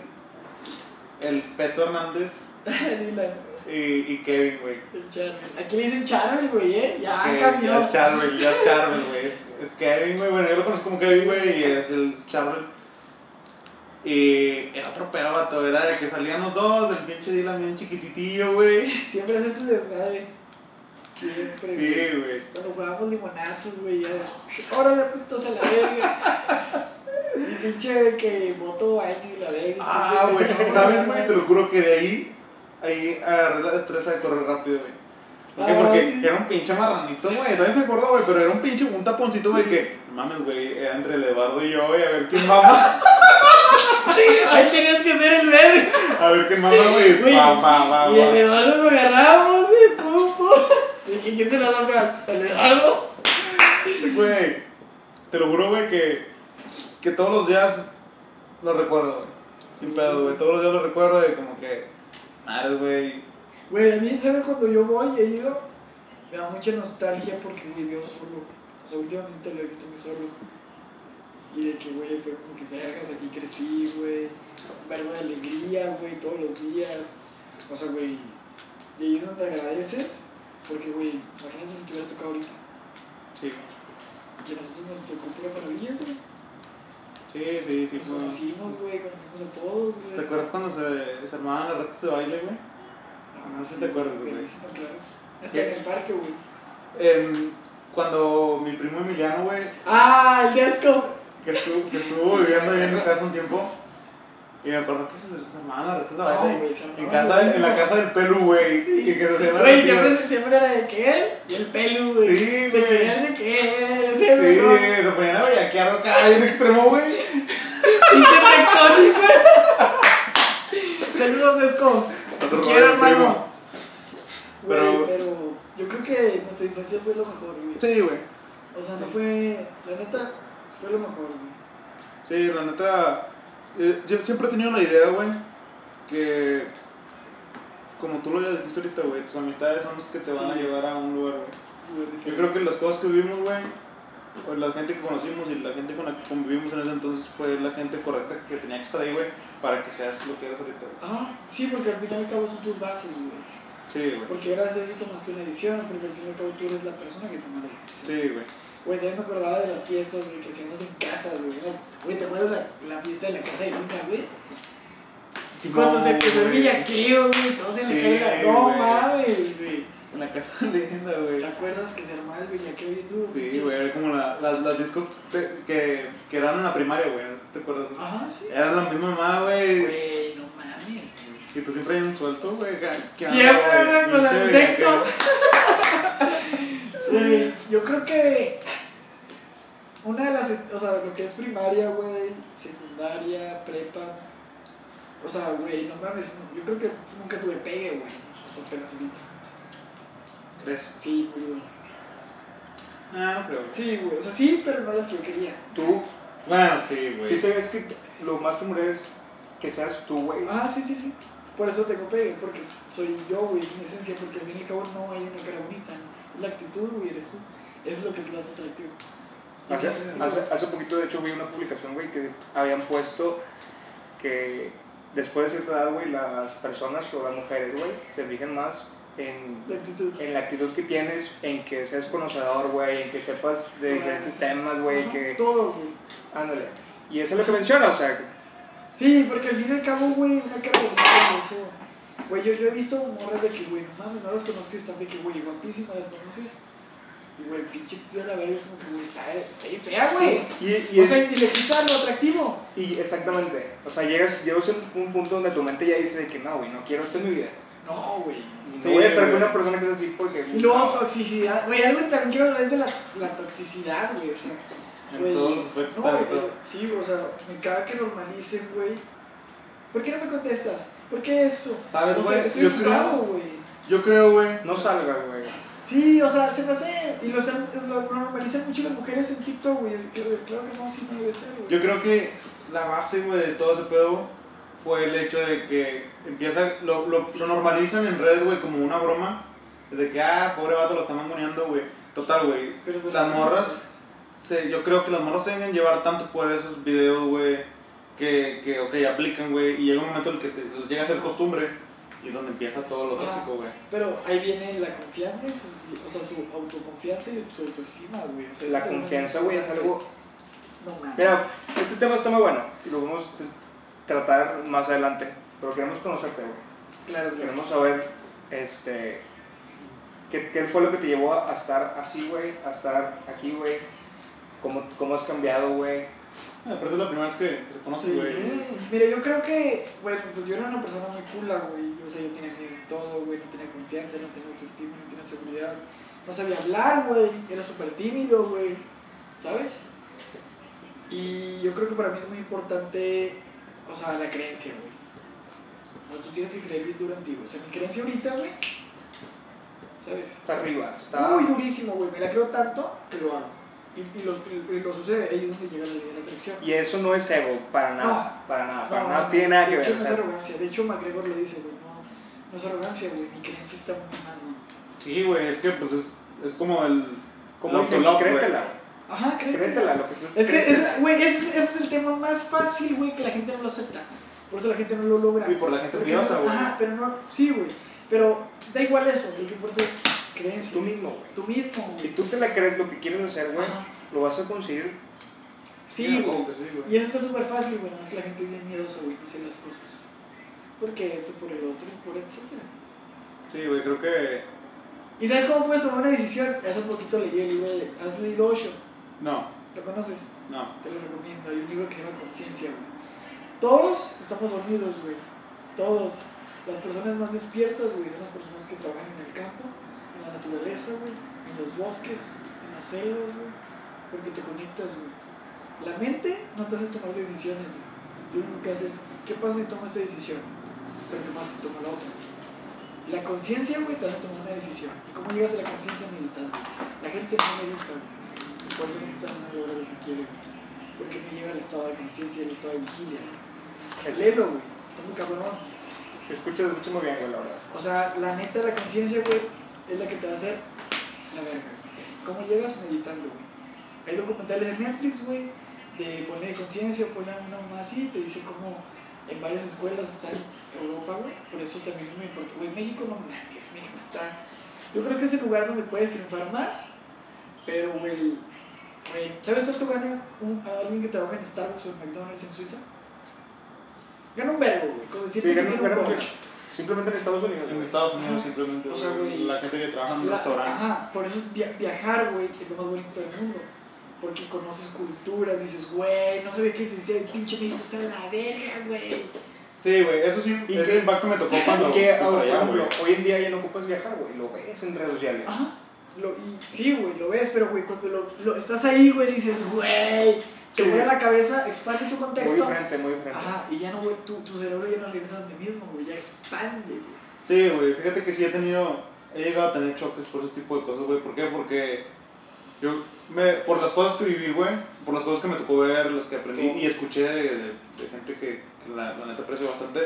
S1: el Peto Hernández
S2: Dylan,
S1: y, y Kevin, güey.
S2: el Charvel. Aquí le dicen Charvel, güey, ¿eh? Ya
S1: Que
S2: cambió.
S1: Ya es Charvel, ya es Charvel, güey. Es- Es Kevin, güey. Bueno, yo lo conozco como Kevin, güey, y es el Charvel. Y era otro pedo, vato. Era de que salían los dos, el pinche Dylan bien chiquititillo, güey. Sí,
S2: Siempre hace su desmadre. Siempre, güey.
S1: güey.
S2: Cuando jugábamos limonazos, güey, ya. Órale, putos a la verga. Y pinche de que moto baño y la verga.
S1: Ah, güey, ¿sabes, güey? Te lo juro que de ahí, ahí agarré la destreza de correr rápido, güey. ¿Por qué?
S2: Ah,
S1: Porque
S2: sí.
S1: era un pinche marranito, güey. Todavía se acuerda, güey, pero era un pinche, un taponcito, güey, que, no mames, güey, era entre el Eduardo y yo, güey, a ver quién mama,
S2: Ahí tenías que ser el verga.
S1: a ver quién mama, güey.
S2: Güey,
S1: Pa, pa, pa,
S2: Y el
S1: pa.
S2: Eduardo lo agarramos y pum, pum. Dije, ¿quién te lo va a pegar? ¿El Eduardo?
S1: Güey, te lo juro, güey, que, que todos los días lo recuerdo, güey. Sin pedo, güey. Todos los días lo recuerdo y como que, madre, güey.
S2: Güey, a mí, ¿sabes? Cuando yo voy he ido, me da mucha nostalgia porque, güey, veo solo. O sea, últimamente lo he visto muy solo. Y de que, güey, fue como que vergas, aquí crecí, güey. Verbo de alegría, güey, todos los días. O sea, güey, y ahí es donde agradeces porque, güey, imagínate si te hubiera tocado ahorita.
S1: Sí,
S2: Y a nosotros nos tocó pura maravilla, güey.
S1: sí, sí, sí.
S2: Nos
S1: fue-
S2: conocimos, güey, conocimos a todos, güey.
S1: ¿Te acuerdas cuando se, se armaban las retas de baile, güey?
S2: Ah,
S1: No sé si te acuerdas, güey.
S2: Buenísimo, claro. Hasta
S1: ¿Qué?
S2: en el parque, güey.
S1: En- Em, cuando mi primo Emiliano, güey,
S2: ¡Ah, el Gasco!
S1: que estuvo, que estuvo viviendo ahí en mi casa un tiempo. Y me acuerdo que se se armaban las retas de
S2: No,
S1: baile.
S2: güey, se
S1: en,
S2: armaban
S1: casa,
S2: las
S1: en la
S2: retas.
S1: casa del pelu, güey. Y que se hacían las
S2: Güey,
S1: retas.
S2: siempre, siempre era de que él y el pelu, güey.
S1: Sí,
S2: Se
S1: güey.
S2: creían de que él,
S1: Sí,
S2: ese güey. Pinche
S1: se ponían a bellaquear acá en extremo, güey.
S2: tectónico. Saludos, Esco.
S1: Otro
S2: Te quiero,
S1: rollo,
S2: hermano. Güey,
S1: Pero-
S2: pero... yo creo que nuestra infancia fue lo mejor, güey.
S1: Sí, güey.
S2: O sea, no fue. La neta, fue lo mejor, güey.
S1: Sí, la neta. eh, yo siempre he tenido la idea, güey, que. Como tú lo ya dijiste ahorita, güey, tus amistades son los que te van a
S2: Sí.
S1: llevar a un lugar, güey.
S2: Güey,
S1: Yo creo que las cosas que vivimos, güey, o la gente que conocimos y la gente con la que convivimos en ese entonces fue la gente correcta que tenía que estar ahí, güey, para que seas lo que eres ahorita. güey.
S2: Ah, sí, porque al final y al cabo son tus bases, güey.
S1: Sí, güey.
S2: Porque gracias a eso tomaste una decisión, porque al final y al cabo tú eres la persona que toma la decisión.
S1: Sí, güey.
S2: Güey, también me acordaba de las fiestas, güey, que hacíamos en casas, güey. La- Güey, ¿te acuerdas la, la fiesta de la casa de Luna, güey? Cuando se empezó el
S1: güey.
S2: villaqueo, güey, todos en
S1: Sí,
S2: la calle, la- no
S1: güey.
S2: mames, güey.
S1: En la casa de esa, güey.
S2: ¿Te acuerdas que se armaba el villaqueo bien duro?
S1: Sí,
S2: pinches?
S1: güey, era como la, las, las discos te- que, que eran en la primaria, güey, no sé si te acuerdas.
S2: Ajá, sí.
S1: Era la misma mamá, güey.
S2: Güey, no mames, güey.
S1: Y tú siempre habías suelto, güey. ga- que
S2: Siempre
S1: andaba, güey,
S2: era con la
S1: pinche
S2: del sexto.
S1: gaquero.
S2: Güey, yo creo que una de las, o sea, lo que es primaria, güey, secundaria, prepa, o sea, güey, no mames, no, yo creo que nunca tuve pegue, güey, hasta apenas ahorita.
S1: ¿Crees?
S2: Sí, muy bueno.
S1: Ah, no creo. güey.
S2: Sí, güey, o sea, sí, pero no las que yo quería.
S3: Tú,
S1: Bueno, sí, güey.
S3: sí, sí, es que lo más común es que seas tú, güey.
S2: Ah, sí, sí, sí. Por eso tengo pegue, porque soy yo, güey, es mi esencia, porque al fin y al cabo no hay una cara bonita, ¿no? Es la actitud, güey, eres tú. Es lo que te hace atractivo.
S3: Hace, hace, hace poquito, de hecho, vi una publicación, güey, que habían puesto que después de cierta edad, güey, las personas o las mujeres, güey, se fijan más en,
S2: La actitud.
S3: en la actitud que tienes, en que seas conocedor, güey, en que sepas de diferentes temas, güey,
S2: Ajá,
S3: que...
S2: Todo, güey.
S3: Ándale. Y eso es lo que menciona, o sea, que-
S2: Sí, porque al fin y al cabo, güey, una cara bonita y eso. Güey, yo, yo he visto morras de que, güey, no mames, no las conozco y están de que, güey, guapísimas, las conoces. Y, güey, pinche actitud de la verga es como que, güey, está, está bien fea, güey.
S3: y, y
S2: Y, o
S3: es-
S2: sea, y le quita lo atractivo.
S3: y exactamente, o sea, llegas, llegas a un punto donde tu mente ya dice de que no, güey, no quiero esto en mi vida.
S2: No, güey.
S3: No
S1: Sí,
S3: voy a estar con
S1: güey.
S3: una persona que es así porque...
S2: Y luego toxicidad. Güey, algo que también quiero hablar es de la, la toxicidad, güey, o sea.
S1: En
S2: güey,
S1: todos los aspectos
S2: no,
S1: está
S2: güey,
S1: de pedo.
S2: Sí, güey, o sea, me caga que normalicen, güey. ¿Por qué no me contestas? ¿Por qué esto?
S1: ¿Sabes,
S3: Pues
S2: O sea,
S1: güey?
S2: Estoy
S1: Yo creo-
S2: ocupado, güey.
S1: Yo creo, güey.
S3: No salgas, güey.
S2: Sí, o sea, se me hace. Y lo, están- lo normalizan mucho las mujeres en TikTok, güey. es que- claro que no, sí, no debe ser, güey.
S1: Yo creo que la base, güey, de todo ese pedo fue el hecho de que empieza, lo, lo, lo normalizan en red, güey, como una broma. De que, ah, pobre vato, lo están mangoneando, güey. Total, güey,
S2: Pero es
S1: las
S2: verdad.
S1: morras, se, yo creo que las morras se deben llevar tanto por esos videos, güey, que, que, ok, aplican, güey, y llega un momento en el que se les llega a ser costumbre y es donde empieza todo lo
S2: Ah.
S1: tóxico, güey.
S2: Pero ahí viene la confianza, y sus- o sea, su autoconfianza y su autoestima, güey. O sea,
S3: La
S2: eso también-
S3: confianza, güey, es algo...
S2: No mames.
S3: Mira, este tema está muy bueno y lo vamos a tratar más adelante, pero queremos conocerte, güey.
S2: Claro, claro.
S3: Queremos saber, este, qué, qué fue lo que te llevó a a estar así, güey, a estar aquí, güey, cómo, cómo has cambiado, güey.
S1: Ah, Aparte es la primera vez que, que se conoce,
S2: Sí.
S1: güey.
S2: Mira, yo creo que, bueno, pues yo era una persona muy cula, güey. O sea, yo tenía miedo de todo, güey. No tenía confianza, no tenía autoestima, no tenía seguridad. No sabía hablar, güey. Era súper tímido, güey. ¿Sabes? Y yo creo que para mí es muy importante, o sea, la creencia, güey. O sea, tú tienes que creer bien duro en ti, güey. O sea, mi creencia ahorita, güey. ¿Sabes?
S3: Está arriba, está...
S2: Muy durísimo, güey. Me la creo tanto que lo hago. Y, y lo, y- y lo sucede, ahí es donde llega la ley de la atracción.
S3: Y eso no es ego, para nada, para nada, para
S2: No,
S3: nada, tiene nada
S2: de
S3: que ver.
S2: hecho,
S3: o
S2: no es
S3: sea,
S2: arrogancia. De hecho, McGregor lo dice, güey. No, no es arrogancia, güey. Mi creencia está muy mal, güey.
S1: Sí, güey, es que pues es, es como el.
S3: como
S1: el
S3: dicen,
S1: autolog, güey.
S3: créetela,
S2: Ajá, créetela.
S3: créetela, lo que tú
S2: Es que, es- güey, es, es el tema más fácil, güey, que la gente no lo acepta. Por eso la gente no lo logra.
S1: Y por la gente
S2: Porque
S1: odiosa,
S2: no-
S1: güey.
S2: Ajá, pero no, sí, güey. Pero da igual eso, lo que importa es creencia.
S3: tú mismo, güey.
S2: Tú mismo, güey.
S3: Si tú te la crees lo que quieres hacer, güey,
S2: Ajá.
S3: lo vas a conseguir.
S2: Sí, güey.
S1: como que sí, güey.
S2: Y eso está súper fácil, güey. nada más que la gente es bien miedosa, güey, no hace las cosas. Porque esto por el otro, por etcétera.
S1: Sí, güey, creo que.
S2: ¿Y sabes cómo puedes tomar una decisión? Hace poquito leí el libro de Has leído Osho.
S1: No,
S2: ¿Lo conoces?
S1: no.
S2: Te lo recomiendo. Hay un libro que se llama Conciencia, güey. Todos estamos dormidos, güey. Todos. Las personas más despiertas, güey, son las personas que trabajan en el campo, en la naturaleza, güey, en los bosques, en las selvas, güey. Porque te conectas, güey. La mente no te hace tomar decisiones, güey. Lo único que hace es, ¿qué pasa si tomo esta decisión? Pero ¿qué pasa si tomo la otra? La conciencia, güey, te hace tomar una decisión. ¿Y cómo llegas a la conciencia meditando? La gente no medita, güey. Por eso medita no logra lo que quiere, güey. Porque no llega al estado de conciencia y al estado de vigilia. Léelo, güey. Está muy cabrón.
S3: Te escuchas mucho muy bien, güey, la verdad.
S2: O sea, la neta, la conciencia, güey, es la que te va a hacer la verga. ¿Cómo llegas meditando, güey? Hay documentales de Netflix, güey, de poner conciencia, poner una más así, te dice cómo en varias escuelas está en Europa, güey. Por eso también me importa. Güey, México no mames, México está. Yo creo que es el lugar donde puedes triunfar más, pero, güey, güey, ¿sabes cuánto gana un- a alguien que trabaja en Starbucks o en McDonald's en Suiza? Gana un verbo, güey, con decirte
S3: Sí,
S2: que
S3: gana un
S2: tiene un
S3: verbo,
S2: coach.
S3: Simplemente en Estados Unidos,
S1: En
S3: güey.
S1: Estados Unidos
S2: Ajá.
S1: simplemente.
S2: O sea, güey,
S1: La gente que trabaja en un
S2: La-
S1: restaurante.
S2: Ajá, por eso es via- viajar, güey, es lo más bonito del mundo. Porque conoces culturas, dices, güey, no sabía que existía el pinche México, está de la verga, güey.
S1: Sí, güey, eso sí,
S3: ¿Y
S1: ese
S3: qué?
S1: impacto me tocó cuando.
S3: Y que,
S1: fui
S3: ah,
S1: para
S3: por
S1: allá,
S3: ejemplo,
S1: güey.
S3: hoy en día ya no ocupas viajar, güey, lo ves en redes sociales.
S2: Ajá. Lo, y sí, güey, lo ves, pero, güey, cuando lo, lo- estás ahí, güey, dices, güey, te
S3: Sí.
S2: vuelve la cabeza, expande tu
S3: muy
S2: contexto.
S3: diferente, muy diferente.
S2: Ajá, y ya no, güey, tu, tu cerebro ya no regresa a donde mismo, güey, ya expande, güey.
S1: Sí, güey, fíjate que sí he tenido, he llegado a tener choques por ese tipo de cosas, güey. ¿Por qué? Porque yo, me, por las cosas que viví, güey, por las cosas que me tocó ver, las que aprendí
S3: Sí.
S1: y escuché de, de- de gente que, que la, la neta aprecio bastante,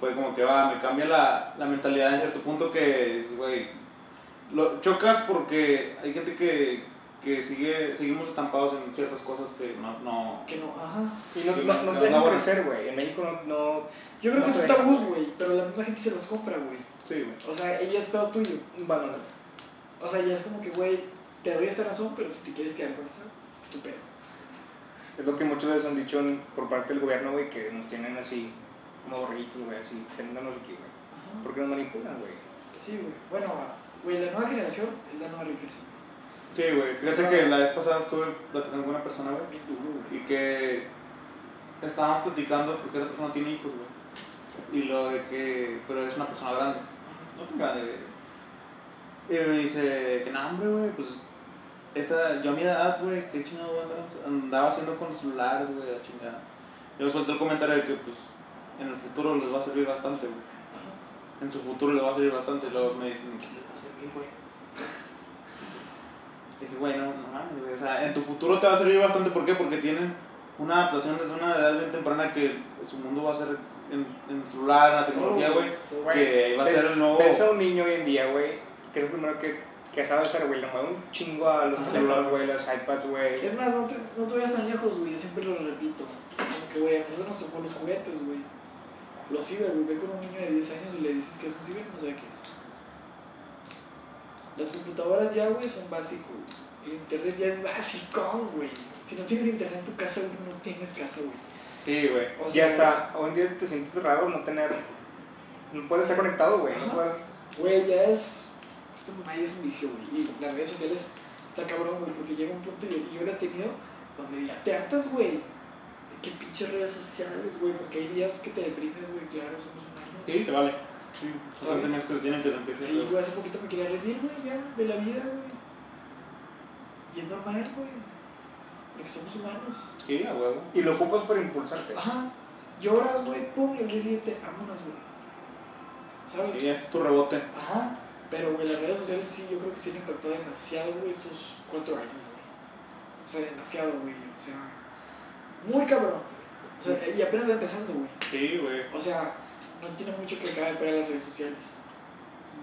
S1: fue como que va, me cambia la, la mentalidad en cierto punto que, güey, lo- chocas porque hay gente que, que sigue, seguimos estampados en ciertas cosas que no, no
S2: Que no, ajá.
S3: Y no,
S1: Sí,
S3: no, no
S1: la
S3: te dejan
S1: labor.
S3: crecer, güey. En México no, no-
S2: Yo creo
S3: No
S2: que es
S3: te
S2: un
S3: dejan,
S2: tabú,
S3: güey.
S2: güey, pero la misma gente se los compra, güey.
S1: sí, güey.
S2: O sea, ella es pedo tuyo.
S3: Bueno, no.
S2: O sea, ya es como que, güey, te doy esta razón, pero si te quieres quedar con esa, estupendo.
S3: Es lo que muchas veces han dicho en- por parte del gobierno, güey, que nos tienen así, como borritos, güey, así, teniéndonos aquí, güey.
S2: Ajá.
S3: Porque nos manipulan, güey.
S2: Sí, güey. Bueno, güey, la nueva generación es la nueva riqueza.
S1: Sí, güey, fíjate que la vez pasada estuve platicando con una persona, güey.
S2: Bien duro, güey.
S1: y que estaban platicando porque esa persona tiene hijos, güey. Y lo de que, pero es una persona grande, no tan grande. güey. Y me dice que no, hombre, güey, pues esa, yo a mi edad, güey, qué chingado güey, andaba, andaba haciendo con los celulares, güey, la chingada. Yo suelto el comentario de que, pues, en el futuro les va a servir bastante, güey.
S2: Ajá.
S1: En su futuro les va a servir bastante. Y luego me dicen, ¿qué les va a servir, güey? Dije, güey, no, no mames, güey. O sea, en tu futuro te va a servir bastante. ¿Por qué? Porque tienen una adaptación desde una edad bien temprana que su mundo va a ser en, en celular, en la tecnología,
S2: Todo,
S1: güey.
S2: todo.
S3: Güey,
S1: Que va a ser
S3: ves-
S1: el nuevo.
S3: Ves a un niño hoy en día, güey, que es lo primero que, que sabe hacer, güey. Le mueve un chingo a los
S2: Ajá.
S3: celulares, güey, los iPads, güey.
S2: Es más, no te, no te vayas tan lejos, güey. Yo siempre lo repito. Es como que, güey, a nosotros nos tocó los juguetes, güey. Los ciber, güey. Ve con un niño de 10 años y le dices que es un ciber y no sabe qué es. Las computadoras ya, güey, son básicos. güey. El internet ya es básico, güey. Si no tienes internet en tu casa, güey, no tienes casa, güey.
S1: Sí, güey.
S2: O
S3: Y hasta hoy en día te sientes raro no tener. No puedes estar conectado, güey. No
S2: Ajá.
S3: puedes.
S2: Güey, ya es. Esta mamá ya es un vicio, güey. Y las redes sociales está cabrón, güey, porque llega un punto, y yo, yo lo he tenido, donde ya te hartas, güey. De qué pinches redes sociales, güey, porque hay días que te deprimes, güey, claro, somos humanos.
S1: Sí, se vale. Sí, son
S2: ¿Sabes?
S1: sentimientos que se tienen que sentir.
S2: Sí, güey, hace poquito me quería rendir, güey, ya, de la vida, güey. Y es normal, güey. Porque somos humanos.
S1: Sí, a huevo.
S3: Y lo ocupas para impulsarte.
S2: Ajá. Lloras, güey, pum, y el día siguiente, vámonos, güey. ¿Sabes?
S1: Sí, este es tu rebote.
S2: Ajá, pero güey, las redes sociales sí, yo creo que sí le impactó demasiado, güey, estos cuatro años, güey. O sea, demasiado, güey. O sea, muy cabrón. O sea, y apenas va empezando, güey.
S1: Sí, güey.
S2: O sea, no tiene mucho que acabar de pegar las redes sociales.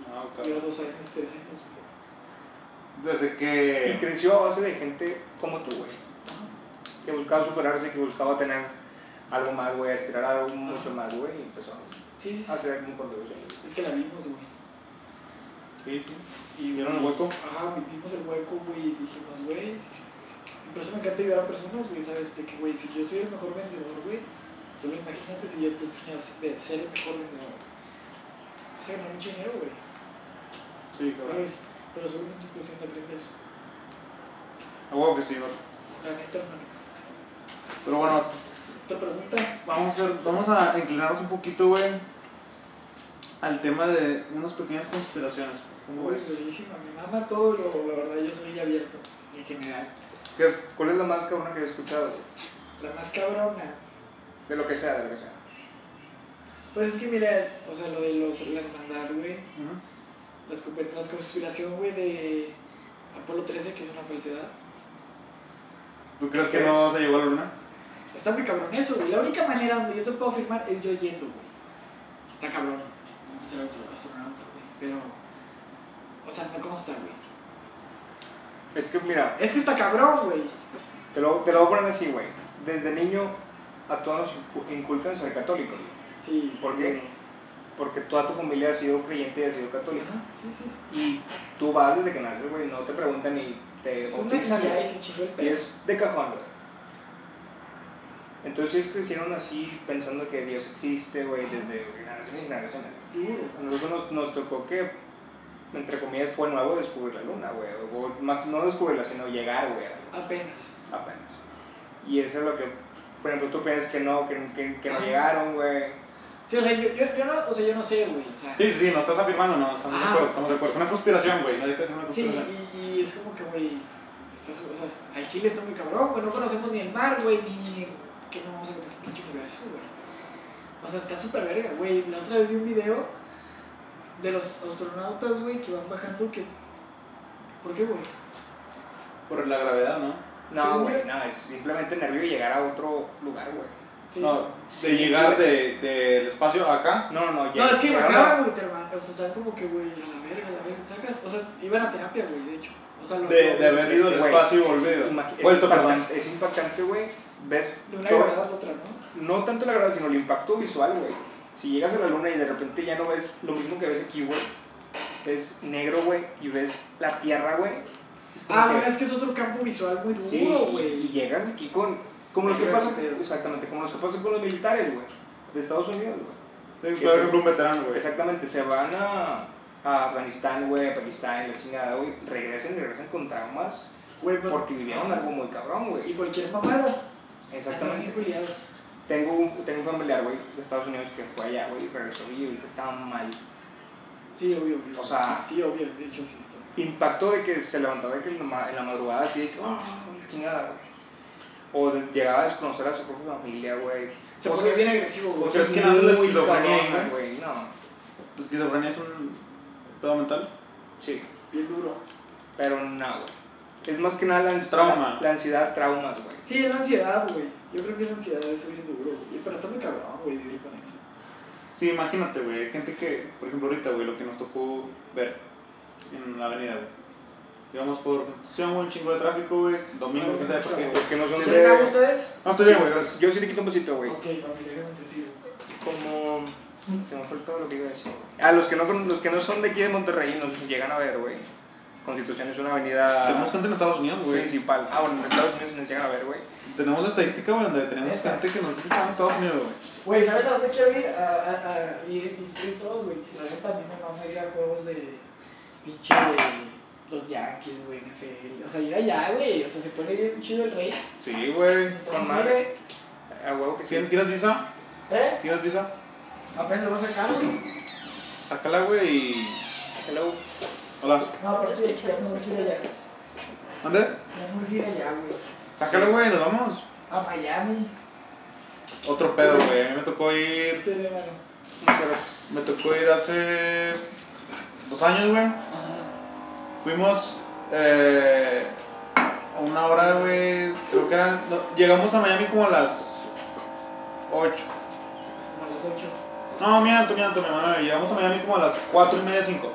S1: No,
S2: Lleva
S1: cabrón.
S2: dos años, tres años. güey.
S1: Desde
S3: Y
S1: que.
S3: creció a base de gente como tú, güey. Que buscaba superarse, que buscaba tener algo más, güey, aspirar a algo mucho más, güey. Y empezó
S2: Sí, sí,
S3: a
S2: sí.
S3: hacer como contribución.
S2: Es que la vimos, güey.
S1: Sí, sí. ¿Y vieron el hueco?
S2: Ajá, vivimos el hueco, güey, y dijimos, güey. y Por eso me encanta ayudar a personas, güey, ¿sabes? De que, güey, si yo soy el mejor vendedor, güey, solo imagínate si yo te enseño a ser ser el mejor vendedor. Vas a ganar mucho dinero, güey,
S1: Sí, cabrón.
S2: ¿sabes? Pero seguramente es cuestión de aprender.
S1: A huevo que sí, güey.
S2: La neta, hermano.
S1: Pero bueno,
S2: Otra pregunta.
S1: vamos a, hacer- vamos a inclinarnos un poquito, güey, al tema de unas pequeñas conspiraciones. ¿Cómo
S2: Uy,
S1: ves?
S2: buenísima. Me mama todo, lo, la verdad, yo soy abierto, en general.
S1: Que es
S3: ¿Cuál es la más cabrona que he escuchado? güey?
S2: La más cabrona.
S3: De lo que sea, de lo que sea.
S2: Pues es que, mira, o sea, lo de los, la hermandad, güey.
S1: Ujú.
S2: Las, conspir- las conspiración, güey, de Apolo 13, que es una falsedad.
S1: ¿Tú crees que no se llegó a la luna?
S2: Está muy cabrón eso, güey. La única manera donde yo te puedo firmar es yo yendo, güey. Está cabrón. No ser otro astronauta, güey. Pero. O sea, no consta, güey.
S3: Es que, mira,
S2: Es que está cabrón, güey.
S3: te lo, te lo voy a poner así, güey. Desde niño a todos nos incu- inculcan ser católicos, güey.
S2: Sí.
S3: ¿Por qué? Porque toda tu familia ha sido creyente y ha sido
S2: Ajá,
S3: católica.
S2: sí, sí. sí.
S3: Y tú vas desde que naces, güey, no te preguntan ni te
S2: Es una
S3: bautizan,
S2: guía y
S3: güey.
S2: se chingó el
S3: Y
S2: pedo.
S3: es de cajón, güey. Entonces ellos crecieron así pensando que Dios existe, güey, desde generaciones y generaciones.
S2: Duro.
S3: A nosotros nos, nos tocó que, entre comillas, fue nuevo descubrir la luna, güey. O más, no descubrirla, sino llegar, güey, a la luna,
S2: Apenas.
S3: apenas. Y eso es lo que, por ejemplo, tú piensas que no, que, que, que no
S2: Ajá.
S3: llegaron, güey.
S2: Sí, o sea, yo, yo, yo no, o sea, yo no sé, güey. O sea.
S1: Sí, sí, no estás afirmando, no, estamos de
S2: Ah.
S1: acuerdo, estamos de acuerdo. Es una conspiración, güey, nadie puede ser una
S2: Sí,
S1: conspiración.
S2: y, y es como que, güey, estás- o sea, al Chile está muy cabrón, güey, no conocemos ni el mar, güey, ni que no vamos a conocer el pinche universo, güey. O sea, está súper verga, güey. La otra vez vi un video de los astronautas, güey, que van bajando, que... ¿Por qué, güey?
S1: Por la gravedad, ¿no?
S2: Sí,
S3: No,
S2: güey.
S3: güey, no, es simplemente nervio de llegar a otro lugar, güey.
S2: Sí.
S1: No,
S2: No,
S1: de llegar de- del espacio acá.
S3: No, no, no.
S2: es que
S3: llegaron a-
S2: bajaban, güey, te hermano. O sea, están como que, güey, a la verga, a la verga, ¿sacas? O sea, iban a terapia, güey, de hecho. O sea, lo-
S1: De,
S2: lo-
S1: de haber ido al
S3: Es que, güey,
S1: espacio y
S3: es
S1: volvido.
S3: imagi- es
S1: Vuelto, perdón.
S3: impactante- Es impactante, güey. Ves
S2: de una
S3: todo-
S2: gravedad a otra, ¿no?
S3: no tanto la gravedad, sino el impacto visual, güey. Si llegas a la luna y de repente ya no ves lo mismo que ves aquí, güey. Ves negro, güey, y ves la tierra, güey. es como
S2: Ah,
S3: que-
S2: bueno, es que es otro campo visual muy
S3: Sí,
S2: duro,
S3: y-
S2: güey.
S3: y llegas aquí con... Como lo que
S2: Negro,
S3: pasó...
S2: negro.
S3: Exactamente, como los que pasó con los militares, güey. De Estados Unidos, güey.
S1: Sí,
S3: que
S1: por
S3: sí.
S1: ejemplo, un veterano, güey.
S3: Exactamente, se van a, a Afganistán, güey, a Pakistán, la chingada, güey. Regresan y regresan con traumas
S2: Güey, pero-
S3: porque vivieron algo muy cabrón,
S2: Y
S3: güey.
S2: cualquier mamada.
S3: Exactamente.
S2: Andan bien culiados.
S3: Tengo un, tengo un familiar, güey, de Estados Unidos que fue allá, güey, regresó y ahorita estaba mal.
S2: Sí, obvio, obvio.
S3: O sea-
S2: Sí, obvio, de hecho sí está.
S3: Impacto de que se levantaba de que en la, ma- en la madrugada así de que, oh, la chingada, güey. O de- llegaba a desconocer a su propia familia, güey.
S2: Se
S3: Cosas-
S2: pone bien agresivo, güey.
S1: Cosas- es que nace la
S3: muy
S1: esquizofrenia,
S3: cabronas, güey. No,
S1: Pues, Esquizofrenia es un pedo mental.
S3: sí,
S2: Bien duro.
S3: pero no, güey. Es más que nada la ansiedad.
S1: Trauma.
S3: La ansiedad, traumas, güey.
S2: Sí, es la ansiedad, güey. Yo creo que esa ansiedad es bien duro, güey. Pero está muy cabrón, güey, vivir con eso.
S1: Sí, imagínate, güey. hay Gente que, por ejemplo, ahorita, güey, lo que nos tocó ver en la avenida, güey. Íbamos por Constitución, güey, un chingo de tráfico, güey. Domingo,
S2: Ah,
S1: quién sabe por qué.
S3: Porque no son
S1: Sí.
S3: de...
S2: ¿Entrenan ustedes?
S1: No, estoy bien, güey, gracias.
S3: Yo sí le quito un besito, güey.
S2: Ok, mami, déjame decir.
S3: como se me fue todo lo que iba a decir güey. a los que no con- los que no son de aquí de Monterrey y nos llegan a ver güey Constitución es una
S1: Ah, Tenemos
S3: avenida
S1: gente en Estados Unidos, güey.
S3: principal ah bueno en Estados Unidos nos llegan a ver güey
S1: Tenemos la estadística, güey, donde tenemos gente que nos escucha en Estados Unidos, güey.
S2: Güey, ¿sabes a dónde quiero ir? A, a, a ir, ir, ir todos, güey. La neta a mí me mama ir a juegos de pinche de los Yankees, güey, NFL. O sea, ir allá, güey. O sea, se pone bien chido el rey.
S1: Sí, güey.
S3: Con
S2: Entonces,
S3: madre a huevo que sí
S1: ¿Tien- ¿Tienes visa?
S2: ¿Eh?
S1: ¿Tienes visa?
S2: Apenas lo vas a sacar, güey.
S1: Sácala, güey, y...
S3: hello
S1: Hola.
S2: No, aparte
S4: Estoy
S2: ya me voy a ir allá.
S1: ¿Dónde?
S2: Me voy a ir allá, güey.
S1: Sácala, güey, nos vamos.
S2: A Miami.
S1: Otro pedo, güey. A mí me tocó ir.
S2: Pero, hermano.
S3: muchas gracias
S1: Me tocó ir hace. dos años, güey.
S2: Ajá.
S1: Fuimos. Eh, a una hora, güey. Creo que eran. no, llegamos a Miami como a las 8.
S2: Como a las 8.
S1: No, miento, miento, mi mamá. Llegamos a Miami como a las 4 y media, 5.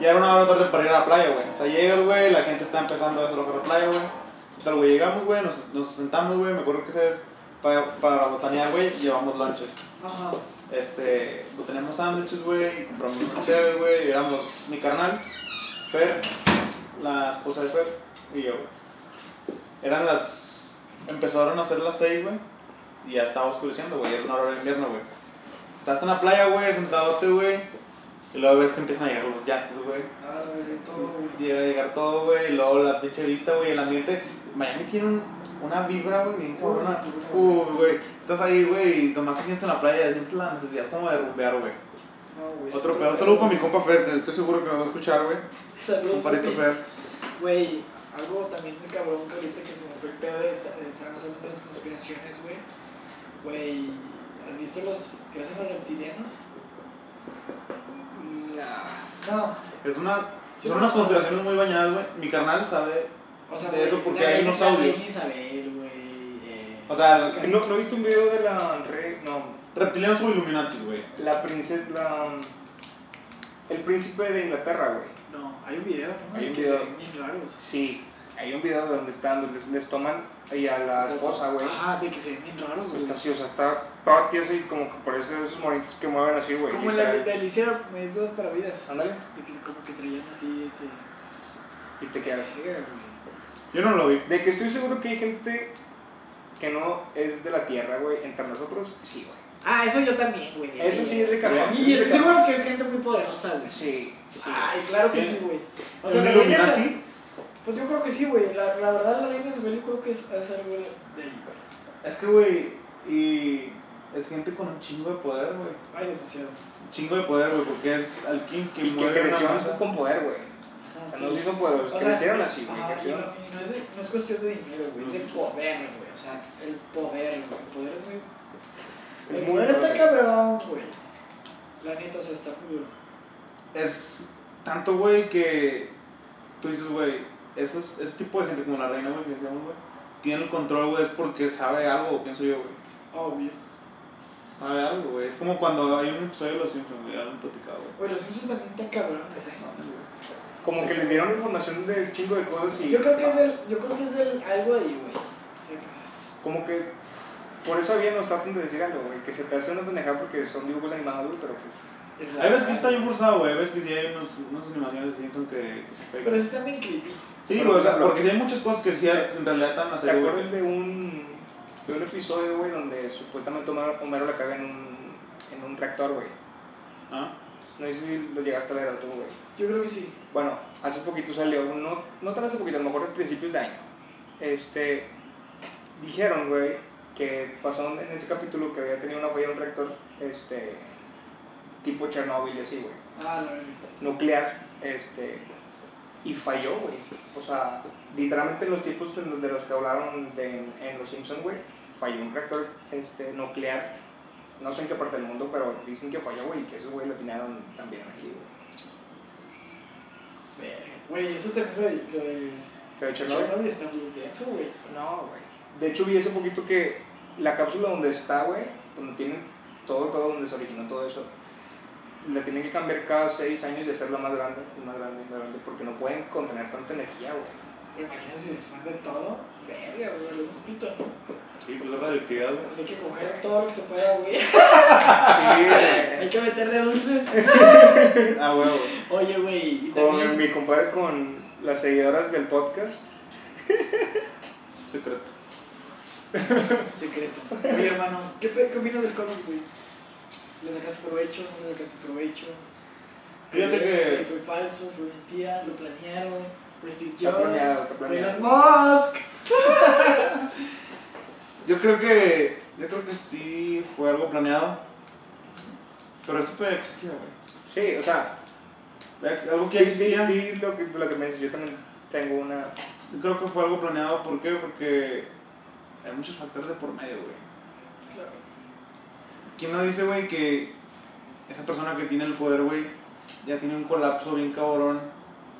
S1: Y era una hora tarde para ir a la playa, güey. O sea, llegas, güey, la gente está empezando a hacer para la playa, güey. Total, güey, llegamos, güey, nos, nos sentamos, güey. Me acuerdo que sabes, para, para botanear, güey, llevamos lunches.
S2: Ajá.
S1: Este, botaneamos sándwiches, güey, y compramos unos chévere, güey. Y éramos mi carnal, Fer, la esposa de Fer y yo, güey. Eran las. Empezaron a ser las 6, güey. Y ya estaba oscureciendo, güey. Es una hora de invierno, güey. Estás en la playa, güey, sentadote, güey. Y luego ves que empiezan a llegar los yates, güey.
S2: Ah, la veré todo, güey.
S1: Llega a llegar todo, güey. Y luego la pinche vista, güey. El ambiente. Miami tiene un- una vibra, güey, bien cabrona. Uy, güey. Estás ahí, güey. Y nomás te sientes en la playa. Sientes la necesidad como de rumbear, güey.
S2: No, güey.
S1: Otro
S2: pedo.
S1: pedo. Saludo para mi compa Fer, que estoy seguro que me va a escuchar, güey.
S2: Saludos.
S1: Comparito
S2: papi.
S1: Fer.
S2: Güey, algo también muy cabrón que ahorita que se me fue el pedo de estar, de estar hablando de las conspiraciones, güey. Güey, ¿has visto los que hacen los reptilianos? No.
S1: Es una. Son unas conspiraciones muy bañadas, güey. Mi carnal sabe.
S2: O sea,
S1: De
S2: güey,
S1: eso porque
S2: la
S1: hay
S2: reina-
S1: dinosaurios.
S2: la reina Isabel, güey. eh,
S1: O sea,
S2: Lucas.
S3: ¿No, ¿No viste un video de la re... no,
S1: Reptilianos o Illuminati, güey.
S3: la princesa, la... El príncipe de Inglaterra, güey.
S2: No, hay un video, ¿no?
S3: Hay un
S2: Que
S3: video.
S2: se ven bien raros.
S3: Sí, hay un video donde están, les, les toman y a la esposa, güey.
S2: Ah, de que se ven bien raros,
S3: pues,
S2: güey.
S3: Está así, o sea, está toda tiesa y como que parece esos monitos que mueven así, güey.
S2: Como
S3: y
S2: la
S3: tal.
S2: de Alicia, me es dos para vidas.
S3: Ándale.
S2: De que como que traían así, de
S3: Y te quedas.
S2: que. Verga, güey.
S1: Yo no lo vi.
S3: De que estoy seguro que hay gente que no es de la tierra, güey, entre nosotros, sí, güey.
S2: Ah, eso yo también, güey.
S3: Eso sí es de carbón.
S2: Y
S3: es
S2: estoy
S3: de carbón.
S2: seguro Ah, que es gente muy poderosa, güey.
S3: Sí. sí.
S2: Ay, claro que
S1: ¿Qué?
S2: sí, güey. O
S1: ¿Es
S2: sea,
S1: un
S2: la reina
S1: Illuminati?
S2: Isabel- Pues yo creo que sí, güey. La, la verdad, la reina Isabel yo creo que es, es algo de ahí, güey.
S1: Es que, güey, y es gente con un chingo de poder, güey.
S2: Ay, demasiado.
S1: Un chingo de poder, güey, porque es alguien que
S3: y que
S1: mueve una
S3: creció
S1: masa.
S3: con poder, güey. O
S2: Ajá, Ah,
S3: sea,
S2: sí.
S3: No se hizo poderosos,
S2: O sea,
S3: crecieron así, güey.
S2: ajá, y no,
S3: crecieron.
S2: y no es de- no es cuestión de dinero, güey. Es de poder, güey. O sea, el poder, güey. El poder es muy.
S3: Es
S2: El
S3: muy
S2: poder está
S3: poder.
S2: cabrón, güey. La neta, o sea, está muy duro.
S1: Es tanto, güey, que tú dices, güey, esos- ese tipo de gente como la reina, güey, que decíamos, güey, tiene el control, güey, es porque sabe algo, pienso yo, güey.
S3: Ah,
S2: Obvio.
S1: Sabe algo, güey. Es como cuando hay un episodio de los Simpsons, güey, ya lo han platicado, güey.
S2: Güey, los Simpsons también están cabrones, eh.
S1: No, güey.
S3: Como que les dieron información de un chingo de cosas y.
S2: Yo creo que es el, yo creo que es el algo ahí, güey. pues, Sacas.
S3: Como que. Por eso había nos tratan de decir algo, güey. Que se te hace una pendejada porque son dibujos animados, güey, pero pues.
S2: Es
S1: Hay veces que está bien forzado, güey. Hay veces que sí hay unos, unas animaciones de Simpsons que, que se pegan.
S2: Pero sí están bien creepy.
S1: Sí,
S3: Pero,
S1: güey, o
S3: por
S1: sea,
S3: ejemplo,
S1: porque sí hay muchas cosas que sí en realidad están en la
S3: ¿Te
S1: serie, güey.
S3: acuerdas de un. de un episodio, güey, donde supuestamente Homero, Homero la caga en un. en un reactor, güey?
S1: ¿Ah?
S3: No sé si lo llegaste a ver tú, güey.
S2: Yo creo que sí.
S3: Bueno, hace poquito salió, no, no tan hace poquito, a lo mejor al principio de año. Este, dijeron, güey, que pasó en ese capítulo que había tenido una falla un reactor, este, tipo Chernobyl y así, güey,
S2: Ah, la verdad.
S3: nuclear, este, y falló, güey. O sea, literalmente los tipos de los, de los que hablaron de, en Los Simpsons, güey, falló un reactor, este, nuclear, no sé en qué parte del mundo, pero dicen que falló, güey, y que esos güey lo atinaron también ahí, güey.
S2: Güey, eso también lo de- lo de.
S3: Pero Chernobyl...
S2: Chernobyl está bien denso, güey.
S3: No, güey. De hecho, vi hace poquito que la cápsula donde está, güey, donde tienen todo el pedo donde se originó todo eso, la tienen que cambiar cada seis años y hacerla más grande, y más grande, y más grande, porque no pueden contener tanta energía, güey.
S2: Imagínate si se manda todo. Verga, güey, lo un pito, ¿no?
S1: Sí, pues la radioactividad, güey.
S2: Pues hay que coger todo lo que se pueda, güey.
S3: Sí,
S2: Hay
S3: güey.
S2: que meterle dulces.
S1: Ah, güey, güey.
S2: Oye, güey, y
S3: Con
S2: también.
S3: mi compadre, con las seguidoras del podcast,
S1: Secreto.
S2: Secreto. Oye, hermano, ¿qué, pe- qué opinas del cómic, güey? ¿Le sacaste provecho? ¿No le sacaste provecho?
S1: Fíjate que-
S2: Fue falso, fue mentira, lo planearon. Fue Steve
S3: Está planeado,
S2: Jobs.
S3: está
S2: Fue
S3: planeado.
S2: Elon Musk.
S1: Yo creo que. Yo creo que sí fue algo planeado. Pero eso puede existía, güey.
S3: sí, o sea,
S1: Ve- Algo que
S3: sí, sí,
S1: existía.
S3: sí, lo que, lo que me dices, yo también tengo una...
S1: Yo creo que fue algo planeado. ¿Por qué? Porque hay muchos factores de por medio, güey.
S2: Claro.
S1: ¿Quién no dice, güey, que esa persona que tiene el poder, güey, ya tiene un colapso bien cabrón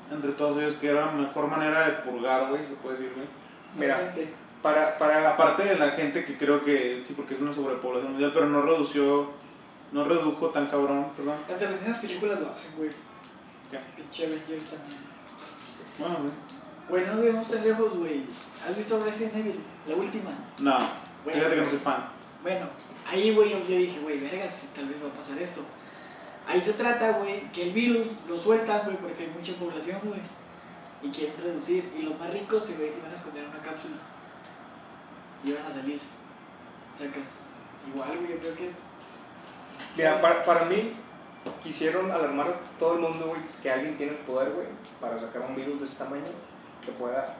S1: entre todos ellos, que era la mejor manera de purgar, güey, se puede decir, güey,
S3: Mira.
S2: Realmente.
S3: Para, para,
S1: Aparte de la gente que creo que sí, porque es una sobrepoblación mundial, pero no redució, no redujo tan cabrón, perdón.
S2: Hasta en esas películas lo hacen, güey.
S1: Ya.
S2: Pinche Avengers también.
S1: Bueno, güey.
S2: Güey, no nos vemos tan lejos, güey. ¿Has visto Resident Evil? La última.
S1: no,
S2: Bueno.
S1: fíjate que no soy fan.
S2: Bueno, ahí, güey, yo dije, güey, vergas, si tal vez va a pasar esto. Ahí se trata, güey, que el virus lo sueltan, güey, porque hay mucha población, güey. Y quieren reducir. Y los más ricos se ve- iban a esconder en una cápsula. Y van a salir. Sacas. Igual, güey, yo creo que.
S3: mira, para, para mí, quisieron alarmar a todo el mundo, güey, que alguien tiene el poder, güey, para sacar un virus de ese tamaño que pueda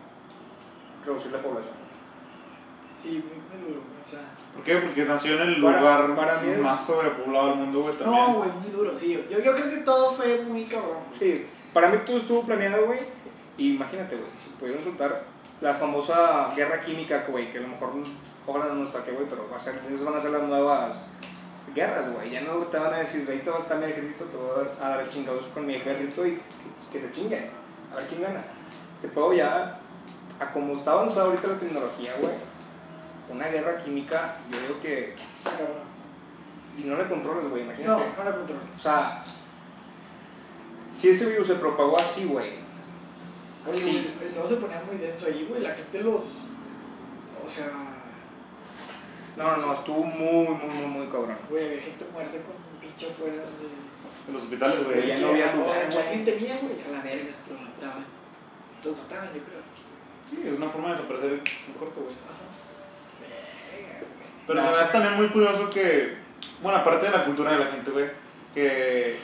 S3: reducir la población.
S2: Sí, muy, muy duro, güey, o sea.
S1: ¿Por qué? Porque nació en el
S3: Para-
S1: lugar
S3: para mí es-
S1: más sobrepoblado del mundo, güey, también.
S2: No, güey, muy duro, sí. Yo, yo creo que todo fue muy cabrón, güey.
S3: Sí, para mí todo estuvo planeado, güey. Y imagínate, güey, si pudieron soltar la famosa guerra química, güey, que a lo mejor ojalá no nos toque, güey, pero va a ser, esas van a ser las nuevas guerras, güey. Ya no te van a decir, de ahí te vas a estar mi ejército, te voy a dar a dar chingados con mi ejército y que, que se chinguen. A ver quién gana. Te puedo ya, a como está avanzada ahorita la tecnología, güey, una guerra química, yo digo que
S2: Está cabrón.
S3: si no la controlas, güey, imagínate.
S2: No, no la controlo.
S3: O sea, si ese virus se propagó así, güey,
S2: Oye,
S3: Sí.
S2: güey, luego se ponía muy denso ahí, güey. La gente los. O sea.
S3: No, no, estuvo muy, muy, muy, muy cabrón.
S2: Güey, había gente muerta con un pinche afuera de.
S1: En los hospitales, güey.
S3: Ya no había lugar,
S2: Ah, que
S3: güey.
S2: alguien tenía, güey? A la verga, lo mataban. Lo mataban, yo creo.
S1: Sí, es una forma de desaparecer en corto, güey.
S2: Verga, güey.
S1: Pero
S3: No,
S1: se me
S3: sí.
S1: hace también muy curioso que, bueno, aparte de la cultura de la gente, güey, que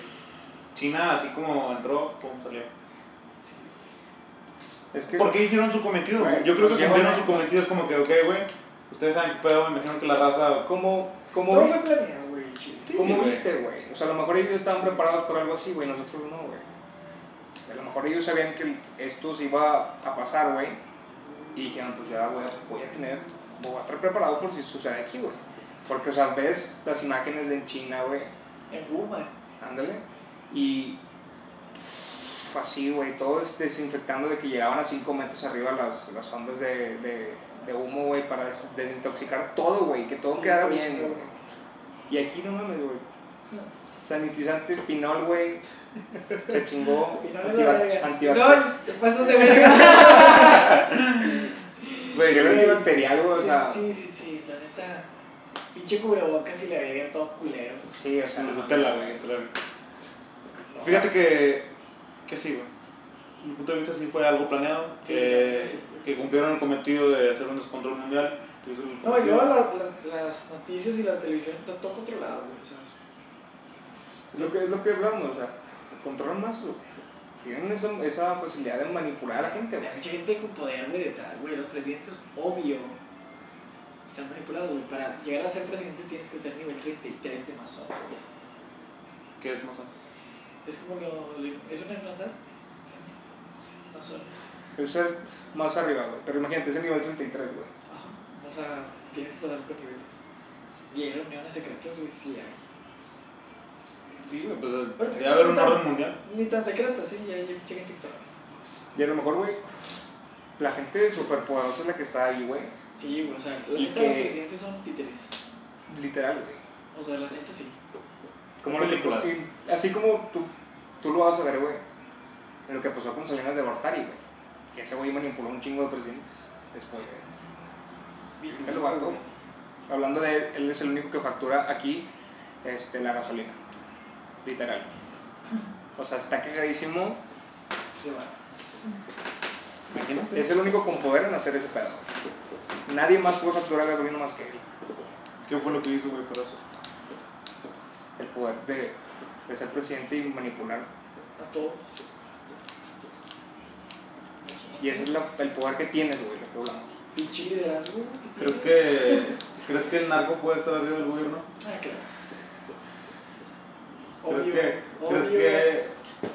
S1: China, así como entró, pum, salió.
S3: Es que,
S1: ¿Por qué hicieron su cometido, güey? Yo creo que
S3: Llevan-
S1: cumplieron su cometido, es como que, ok, güey, ustedes saben qué pedo, me imagino que la raza.
S3: como, como,
S2: Todo
S3: viste,
S2: fue planeado, güey, chile.
S1: Sí,
S3: como
S1: güey.
S3: viste, güey. O sea, a lo mejor ellos estaban preparados por algo así, güey, nosotros no, güey. A lo mejor ellos sabían que esto se iba a pasar, güey. Y dijeron, pues ya, güey, voy a tener, voy a estar preparado por si sucede aquí, güey. Porque, o sea, ves las imágenes de en China, güey,
S2: En Woman.
S3: ándale. Y pff, así, güey, todo es desinfectando de que llegaban a 5 metros arriba las, las ondas de, de, de humo, güey, para des- desintoxicar todo, güey, que todo quedara bien, güey. Y aquí no mames, güey. Sanitizante, pinol, güey. Se chingó.
S2: Final de la
S3: antiba-
S2: verga.
S3: Antibacterial,
S2: No, te pasas de verga.
S1: Güey,
S3: Yo
S1: sí.
S3: le- antibacterial, güey, o sea.
S2: Sí, sí, sí, la neta. Pinche cubrebocas y la verga todo culero.
S3: Sí, o sea.
S1: Los de
S3: no mames,
S1: tela, güey. te la- Fíjate que, que sí, güey. Mi punto de vista sí fue algo planeado,
S2: Sí,
S1: que,
S2: sí.
S1: que cumplieron el cometido de hacer un descontrol mundial. que hizo el
S2: No,
S1: cometido.
S2: yo la- las, las noticias y la televisión está todo controlado, güey. O sea, es-
S3: Es lo que, es lo que hablamos, o sea. Controlan más, güey. Tienen esa, esa facilidad de manipular a la gente, güey.
S2: hay mucha gente con poder, güey, detrás, güey. Los presidentes, obvio, están manipulados, güey. Para llegar a ser presidente tienes que ser nivel 33 de masón. güey.
S1: Que es más o-
S2: Es como lo. lo- Es una hermandad. Masones.
S3: Es ser más arriba, güey. Pero imagínate, ese nivel 33, güey.
S2: O sea, tienes que pasar por niveles. Y hay reuniones secretas, güey, sí hay.
S1: Sí, güey, pues
S2: Pero te
S1: debe haber un
S2: cuentan-
S1: orden mundial.
S2: Ni tan secretas, sí, ya hay mucha gente que sabe.
S3: Y a lo mejor, güey, la gente superpoderosa es la que está ahí, güey.
S2: Sí, güey, o sea, la
S3: Y
S2: neta los
S3: que-
S2: presidentes son títeres.
S3: Literal, güey.
S2: O sea, la neta sí.
S3: Como
S1: Hay
S3: lo que-
S1: películas.
S3: y- así como tú, tú lo vas a ver, güey. Lo que pasó con Salinas de Bortari, güey. Que ese güey manipuló un chingo de presidentes. Después, güey. Ahorita lo vato. Hablando de él, él es el único que factura aquí este, la gasolina. Literal. O sea, está cagadísimo.
S2: Se va.
S1: Imagínate.
S3: Es el único con poder en hacer ese pedo. Nadie más puede facturar gasolina más que él.
S1: ¿Qué fue lo que hizo, güey, para eso?
S3: el poder de, de ser presidente y manipular.
S2: A todos.
S3: Y ese es la- el poder que tienes, güey, lo que hablamos.
S2: Pinche liderazgo. güey, que
S1: ¿Crees
S2: tiene.
S1: que, ¿Crees que el narco puede estar arriba del gobierno?
S2: Ah, claro.
S1: ¿Crees
S2: Obvio,
S1: que,
S2: obvio.
S1: ¿crees que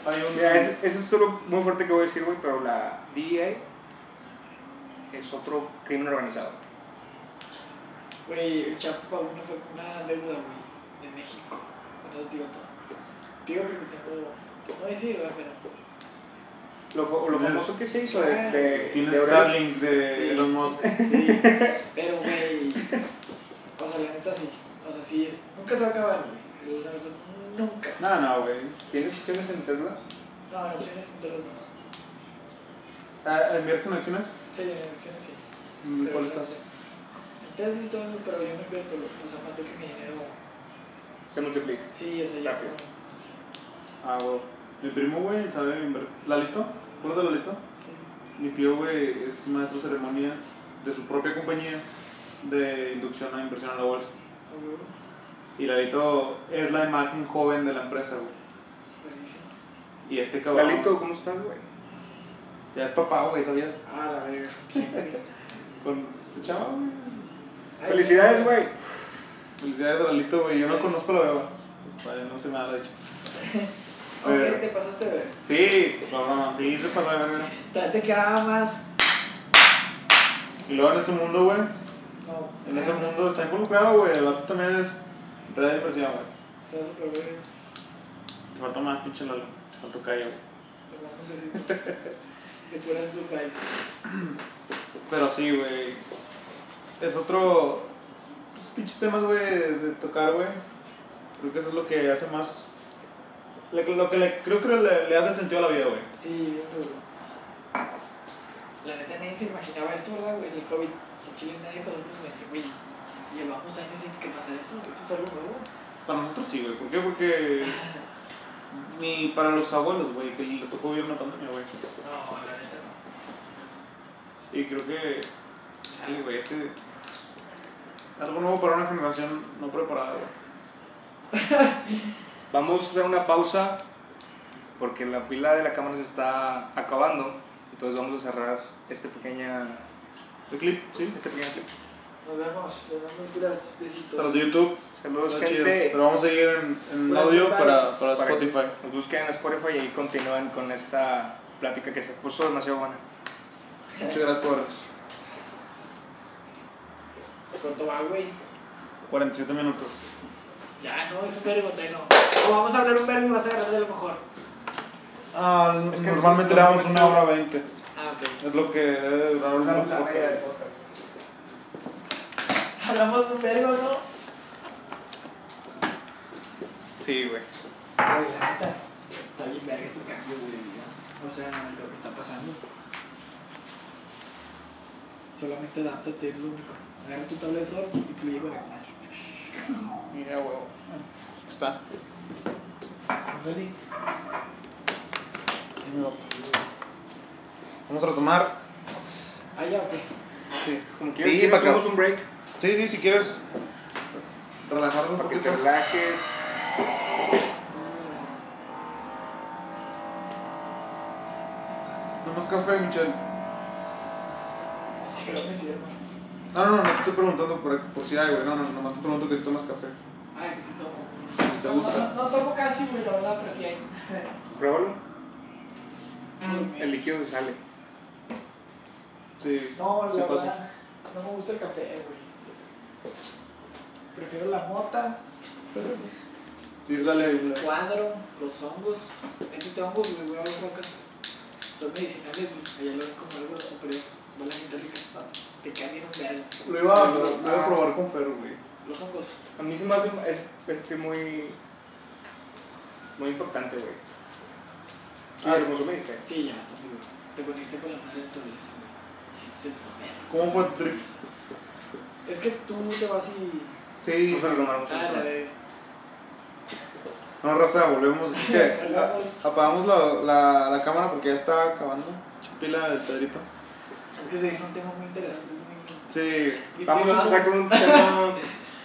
S1: hay un...
S3: Mira, es- eso es solo muy fuerte que voy a decir, güey, pero la DEA es otro crimen organizado.
S2: Güey, el Chapo para uno fue una deuda, güey, de México. Con eso digo todo. Digo porque tengo. No voy a decir, güey, pero.
S3: Lo, fo- lo
S1: Tienes-
S3: famoso que se hizo de, de,
S1: Tienes
S3: de Oreo.
S1: Starlink de
S2: Sí.
S1: Elon Musk.
S2: Sí, pero, güey. O sea, la neta sí. O sea, sí, es, nunca se va a acabar, güey. La verdad, nunca.
S1: No, no, güey.
S3: ¿Tienes opciones en Tesla?
S2: No, en opciones enteras no.
S1: Ah, ¿Inviertes en acciones?
S2: Sí, en acciones sí.
S1: Mm,
S2: pero
S1: ¿Cuál
S2: no
S1: estás?
S2: sé. En Tesla y todo eso, pero yo no invierto, lo- o sea, más de que mi dinero.
S3: Se multiplica.
S2: Sí, o sea, ya.
S3: Rápido.
S1: Ah, güey. Mi primo, güey, sabe invertir. ¿Lalito? ¿Cuál de Lalito?
S2: Sí.
S1: Mi tío, güey, es maestro de ceremonia de su propia compañía de inducción a inversión a la bolsa.
S2: a huevo,
S1: Y Lalito es la imagen joven de la empresa, güey.
S2: Buenísimo.
S1: Y este cabrón.
S3: Galito, ¿cómo estás, güey?
S1: Ya es papá, güey, ¿sabías?
S2: Ah, la verga.
S1: Con su chava, güey.
S2: Ay,
S3: Felicidades, güey.
S1: Felicidades a Lalito, güey. Yo no conozco la beba. Vale, no se me ha dicho.
S2: ¿Con
S1: Eh.
S2: qué te pasaste, güey?
S1: Sí, no, no, no, sí, se pasó de verga.
S2: Te- Te quedaba más.
S1: Y luego en este mundo, güey,
S2: No.
S1: en ese mundo está involucrado, güey. El vato también es red de inversión, güey.
S2: Estás súper verga eso.
S1: Te falta más, pinche Lalo. Te faltó calle, güey.
S2: Te mando un besito. De puras good vibes.
S1: Pero sí, güey. Es otro. Esos pinches temas, güey, de, de tocar, güey. Creo que eso es lo que hace más. le- lo que le, creo que le, le hace el sentido a la vida, güey.
S2: Sí, bien duro. La neta nadie se imaginaba esto, ¿verdad, güey? El COVID. O sea, Chile nadie pasó por su mente, güey. Llevamos años sin que pasara esto. Esto es algo nuevo.
S1: Para nosotros sí, güey. ¿Por qué? Porque. Ni para los abuelos, güey, que les tocó vivir una pandemia, güey.
S2: No, la neta no.
S1: Y creo que. Chale, güey, es que. Algo nuevo para una generación no preparada, güey.
S3: Vamos a hacer una pausa porque la pila de la cámara se está acabando. Entonces vamos a cerrar este pequeña,
S1: ¿Este clip? Sí.
S3: este pequeño clip.
S2: Nos vemos. Nos vemos puras besitos.
S1: Para los de YouTube.
S3: Saludos,
S1: está chido.
S3: pues, gente.
S1: Pero vamos a seguir en, en
S2: Las
S1: audio para,
S2: vibes.
S1: para
S3: Para-
S1: Spotify.
S3: Nos busquen en Spotify y ahí continúen con esta plática que se puso demasiado buena.
S1: Muchas gracias por
S2: ¿Cuánto va, güey?
S1: 47 minutos.
S2: Ya, no, es un vergo, te no. O vamos a hablar un vergo y vas a agarrar de lo mejor.
S1: Ah,
S3: Es que
S1: normalmente le damos una hora 20.
S2: Ah, ok.
S1: Es lo que debe de durar un podcast.
S2: Hablamos de un vergo, ¿no?
S3: Sí, güey.
S2: Ay, la neta. Está bien verga este cambio, güey. ¿no? O sea, lo que está pasando. Solamente adáptate, es lo único. Agarra tu tabla de surf y fluye con el mar.
S3: Mira, huevo.
S1: Está.
S2: Ándale.
S1: Vamos a retomar.
S2: Ah, ya, ok.
S3: Sí. Como
S1: Sí,
S3: quieres,
S1: para que-
S3: hagamos un break
S1: Sí, sí, si quieres relajarnos un
S3: para que te
S1: poquito.
S3: relajes.
S1: No más café, Michelle.
S2: Sí, creo que sí, hermano.
S1: No, no, no, no te estoy preguntando por, por si hay, güey. No, no, nomás te pregunto que si tomas café.
S2: Ah, que sí tomo.
S1: Si te
S2: No,
S1: gusta.
S2: No, no, no tomo casi, güey, la verdad, pero aquí hay.
S3: Pruébalo.
S2: Ah,
S3: El líquido se sale.
S1: Sí.
S2: No, la
S1: Sí pasa.
S2: verdad, no me gusta el café, güey. Prefiero la mota,
S1: Sí, sale.
S2: el cuadro, los hongos. Aquí tengo hongos, güey, voy a ver acá. Son medicinales, güey. Allá lo ven como algo superior. Va la gente rica. no, Te caen bien un vergo.
S1: Lo iba a, lo iba a probar con Fer, güey.
S2: Los hongos.
S3: A mí se me hace es, este, muy. muy impactante, güey.
S1: Ah,
S3: Ah,
S1: sí.
S3: lo consumiste.
S2: Sí, ya, está muy bueno. Te conecta con la madre de naturaleza, güey. Y sientes el poder.
S1: ¿Cómo fue tu trip?
S2: Es que tú te vas y.
S1: Sí.
S3: Vamos a tomar, vamos a
S2: Ah, la
S3: tomar.
S2: de.
S1: No, raza, volvemos. Es que a- apagamos la, la, la cámara porque ya está acabando. Chapila del Pedrito.
S2: Es que se viene un tema muy interesante, muy.
S1: Sí.
S2: muy
S3: Vamos a
S2: privado.
S3: empezar con un tema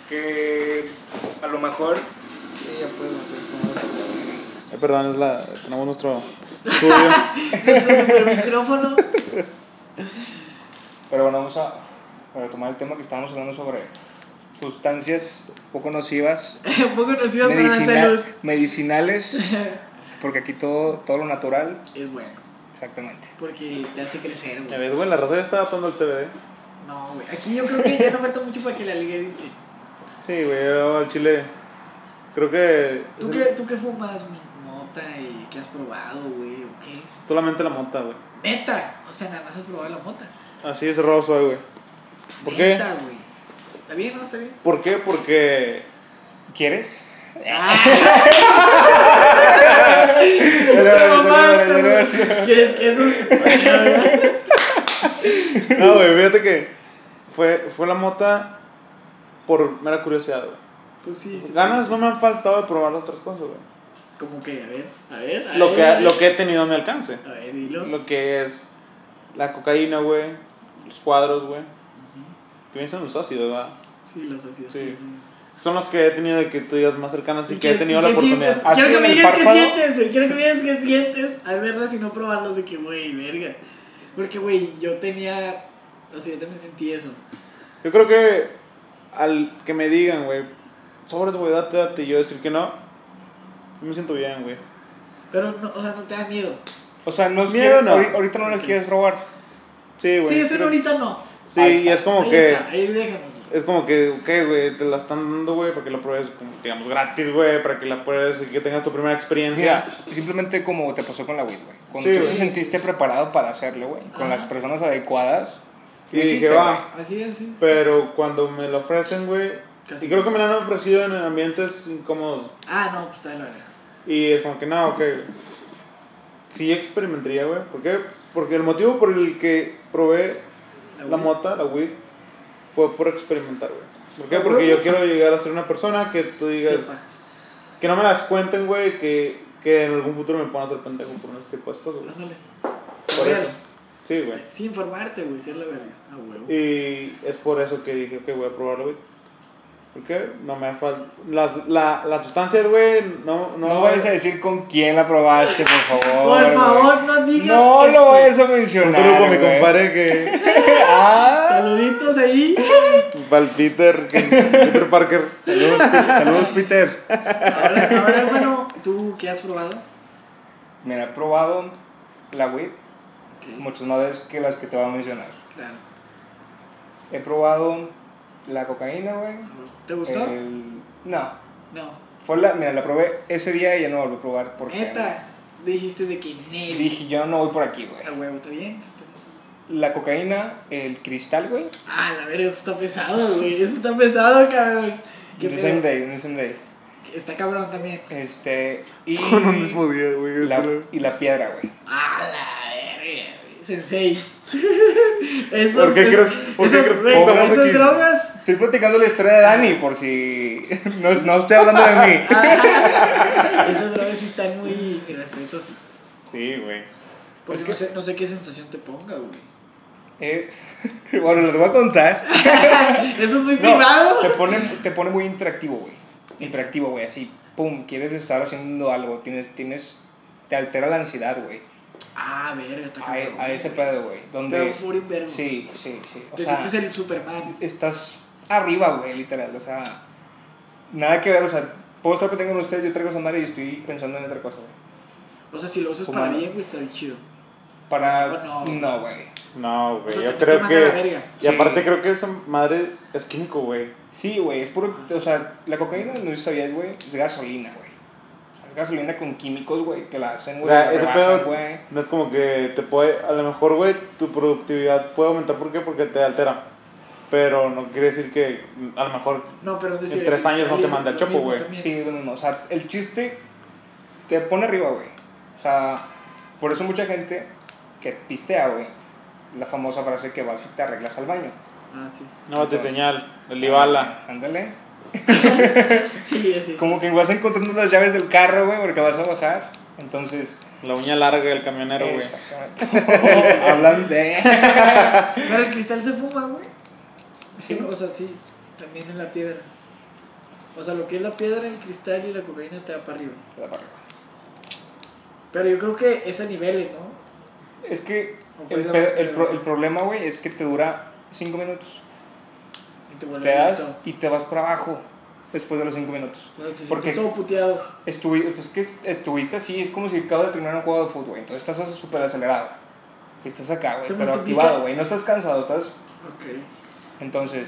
S3: que a lo mejor
S1: Sí, ya puedes perdón, es la, tenemos nuestro estudio.
S2: Nuestro super micrófono.
S3: Pero bueno, vamos a retomar el tema que estábamos hablando sobre sustancias poco nocivas,
S2: un poco nocivas para la
S3: medicina-
S2: salud.
S3: medicinales, porque aquí todo, todo lo natural,
S2: Es bueno,
S3: exactamente.
S2: porque te hace crecer,
S1: Ya
S2: güey.
S1: ves, güey, la raza ya está adaptando el CBD.
S2: No, güey. Aquí yo creo que ya no falta mucho para que la ligue dice.
S1: Sí, güey, yo al chile. Creo que. Pues
S2: ¿Tú qué, tú qué fumas? mi Mota, mota y qué has probado, güey? ¿O qué?
S1: Solamente la mota, güey.
S2: Neta, o sea, nada más has probado la mota.
S1: Así es raro soy, güey. ¿Por qué?
S2: Neta, güey. ¿Está bien, no? ¿Está bien?
S1: ¿Por qué? Porque.
S3: ¿Quieres?
S2: Te mamaste, güey. ¿Quieres quesos?
S1: No, güey, fíjate que. Fue, fue la mota por mera curiosidad, güey.
S2: pues sí. sí.
S1: Ganas no me han faltado de probar las otras cosas, güey.
S2: Como que, a ver, a ver. A
S1: Lo
S2: ver, a
S1: que, lo
S2: ver.
S1: que he tenido a mi alcance.
S2: A ver, dilo.
S1: Lo que es la cocaína, güey. Los cuadros, güey. Que vienen siendo los ácidos, ¿verdad?
S2: Sí, los hacía
S1: Sí.
S2: así.
S1: Son los que he tenido de que tú digas más cercanas y
S2: ¿Y
S1: que he
S2: qué-
S1: tenido
S2: y
S1: la
S2: qué
S1: oportunidad.
S2: sientes? Quiero
S3: Así
S2: que
S3: en
S2: me
S3: el
S2: digas qué
S3: párpado.
S2: sientes, güey. Quiero que me digas qué sientes al verlas y no probarlas de que, güey, verga. Porque, güey, yo tenía. O sea, yo también sentí eso.
S1: Yo creo que al que me digan, güey, sobres, güey, date, date, y yo decir que no, yo me siento bien, güey.
S2: Pero, no, o sea, no te da miedo.
S3: O sea, no es
S1: Miedo,
S3: miedo,
S1: no.
S3: Ahorita, ahorita no les quieres robar.
S1: Sí, güey.
S2: sí, eso
S1: creo-
S2: ahorita no.
S1: Sí,
S3: Ahí
S1: y
S3: está.
S1: es como
S2: ahí
S1: que.
S2: está, ahí déjanoslo.
S1: Es como que, ok, güey, te la están dando, güey, para que la pruebes, como, digamos, gratis, güey, para que la pruebes y que tengas tu primera experiencia.
S3: Mira, simplemente como te pasó con la weed, güey. Cuando
S1: Sí,
S3: tú te
S1: güey.
S3: sentiste preparado para hacerlo, güey. Con
S2: Ajá.
S3: las personas adecuadas.
S1: y dije,
S3: hiciste,
S1: va.
S2: Así es, sí.
S1: Pero cuando me la ofrecen, güey,
S2: Casi.
S1: y creo que me la han ofrecido en ambientes incómodos.
S2: Ah, no, pues está de la verga.
S1: Y es como que no, ok. Sí experimentaría, güey. ¿Por qué? Porque el motivo por el que probé la,
S2: güey.
S1: mota, la weed, fue por experimentar, güey. ¿Por qué?
S2: Ah,
S1: Porque
S2: güey.
S1: yo quiero llegar a ser una persona que tú digas...
S2: Sepa.
S1: Que no me las cuenten, güey, que, que en algún futuro me pongan a hacer pendejo por ese tipo de cosas, güey.
S2: Ándale.
S1: Por eso.
S2: Saberlo.
S1: Sí, güey.
S2: Sí, informarte, güey, ser la verga. Ah, huevo.
S1: Y es por eso que dije, ok, voy a probarlo, güey. ¿Por qué? No me falta... Las, la, las sustancias, güey, no... No,
S3: No vayas a decir con quién la probaste, por favor.
S2: Por favor,
S3: güey.
S2: no digas
S3: No
S2: eso.
S3: lo vayas a
S1: Un
S3: mencionar.
S1: saludo con mi
S3: güey.
S1: compadre que...
S3: Ah.
S2: Saluditos ahí.
S1: Val Peter, que- Peter Parker.
S3: Saludos, Pe- saludos, Peter.
S2: Ahora, ahora, hermano, ¿tú qué has probado?
S3: Mira, he probado la weed
S2: Ok,
S3: muchas más veces que las que te voy a mencionar.
S2: Claro.
S3: He probado la cocaína, güey.
S2: ¿Te gustó?
S3: El- No.
S2: no.
S3: Fue la, mira, la probé ese día y ya no la volví a probar porque
S2: Neta, dijiste de que
S3: Y
S2: Nel.
S3: dije, yo no voy por aquí, güey.
S2: Ah, huevo, está bien. Eso está-
S3: La cocaína, el cristal, güey.
S2: Ah, la verga, eso está pesado, güey. Eso está pesado, cabrón. Qué
S3: The same
S2: pedo.
S3: day, the same day.
S2: Está cabrón también.
S3: Este. Y,
S1: Con un mismo día, güey.
S3: la,
S1: Te lo-
S3: y la piedra, güey.
S2: Ah, la verga, güey. Sensei. eso,
S1: ¿Por qué
S2: es-
S1: crees- por qué
S2: esas-
S1: crees que
S2: güey,
S1: estamos
S2: esas
S1: aquí?
S2: drogas?
S3: Estoy platicando la historia de Dani, por si. No, no estoy hablando de mí.
S2: Ah, esas drogas sí están muy irrespetos.
S1: Sí, güey.
S2: Porque
S3: Es que-
S2: no, sé, no sé qué sensación te ponga, güey.
S3: Eh, bueno, les voy a contar.
S2: Eso es muy
S3: No,
S2: privado.
S3: te pone, te pone muy interactivo, güey. Interactivo, güey, así, pum, quieres estar haciendo algo, tienes, tienes, te altera la ansiedad, güey.
S2: Ah, verga, está
S3: A, e,
S2: cabrón.
S3: a ese
S2: güey.
S3: pedo, güey.
S2: Te da
S3: Donde...
S2: un furio inverno.
S3: Sí, sí, sí. O
S2: Te
S3: sea,
S2: sientes el Superman.
S3: estás arriba, güey, literal. O sea, nada que ver, o sea, puedo estar platicando con ustedes, yo traigo esa madre y estoy pensando en otra cosa, güey.
S2: O sea, si lo usas
S3: Como-
S2: para bien, güey, está bien chido.
S3: Para...
S2: Oh, no.
S3: No, güey.
S1: No,
S2: O
S1: güey.
S2: sea,
S1: Yo
S2: te- te
S1: creo
S2: manda a la
S1: que.
S2: verga.
S1: Y aparte,
S3: Sí.
S1: creo que esa madre es químico, güey.
S3: Sí, güey, es puro... O sea, la cocaína, no sé si sabías, güey, es gasolina, güey. O sea, es gasolina con químicos, güey, que la hacen,
S1: O
S3: güey.
S1: sea,
S3: la
S1: ese
S3: rebajan,
S1: pedo
S3: güey.
S1: no es como que te puede. A lo mejor, güey, tu productividad puede aumentar. ¿Por qué? Porque te altera. Pero no quiere decir que a lo mejor.
S2: No, pero es decir,
S1: En tres años no te
S2: salió
S1: manda el
S2: lo
S1: chopo,
S2: mismo
S1: güey.
S2: también.
S3: Sí, es lo mismo. O sea, el chiste te pone arriba, güey. O sea, por eso mucha gente que pistea, güey. La famosa frase que vas y te arreglas al baño.
S2: Ah, sí.
S1: No, te señal. El Ibala.
S3: Ándale.
S2: Sí, así.
S3: Como que vas encontrando las llaves del carro, güey, porque vas a bajar. Entonces.
S1: La uña larga del camionero, güey.
S3: Exactamente. Hablan de.
S2: Pero el cristal se fuma, güey.
S3: Sí.
S2: Sí, o sea, sí. También en la piedra. O sea, lo que es la piedra, el cristal y la cocaína te da para arriba. Pero yo creo que es a niveles, ¿no?
S3: Es que
S2: Ok,
S3: el,
S2: la-
S3: pe- el
S2: la-
S3: pro- el problema, güey, es que te dura 5 minutos.
S2: Y te vuelve
S3: Te das
S2: adicto.
S3: y te vas para abajo después de los 5 minutos.
S2: O sea, te
S3: porque-
S2: sientes todo puteado.
S3: Estuvi- pues que est- estuviste así, es como si acabas de terminar un juego de fútbol, entonces estás súper acelerado. Pues, Estás acá, güey,
S2: Te
S3: pero
S2: multiplica.
S3: activado, güey, no estás cansado, estás...
S2: Ok.
S3: Entonces,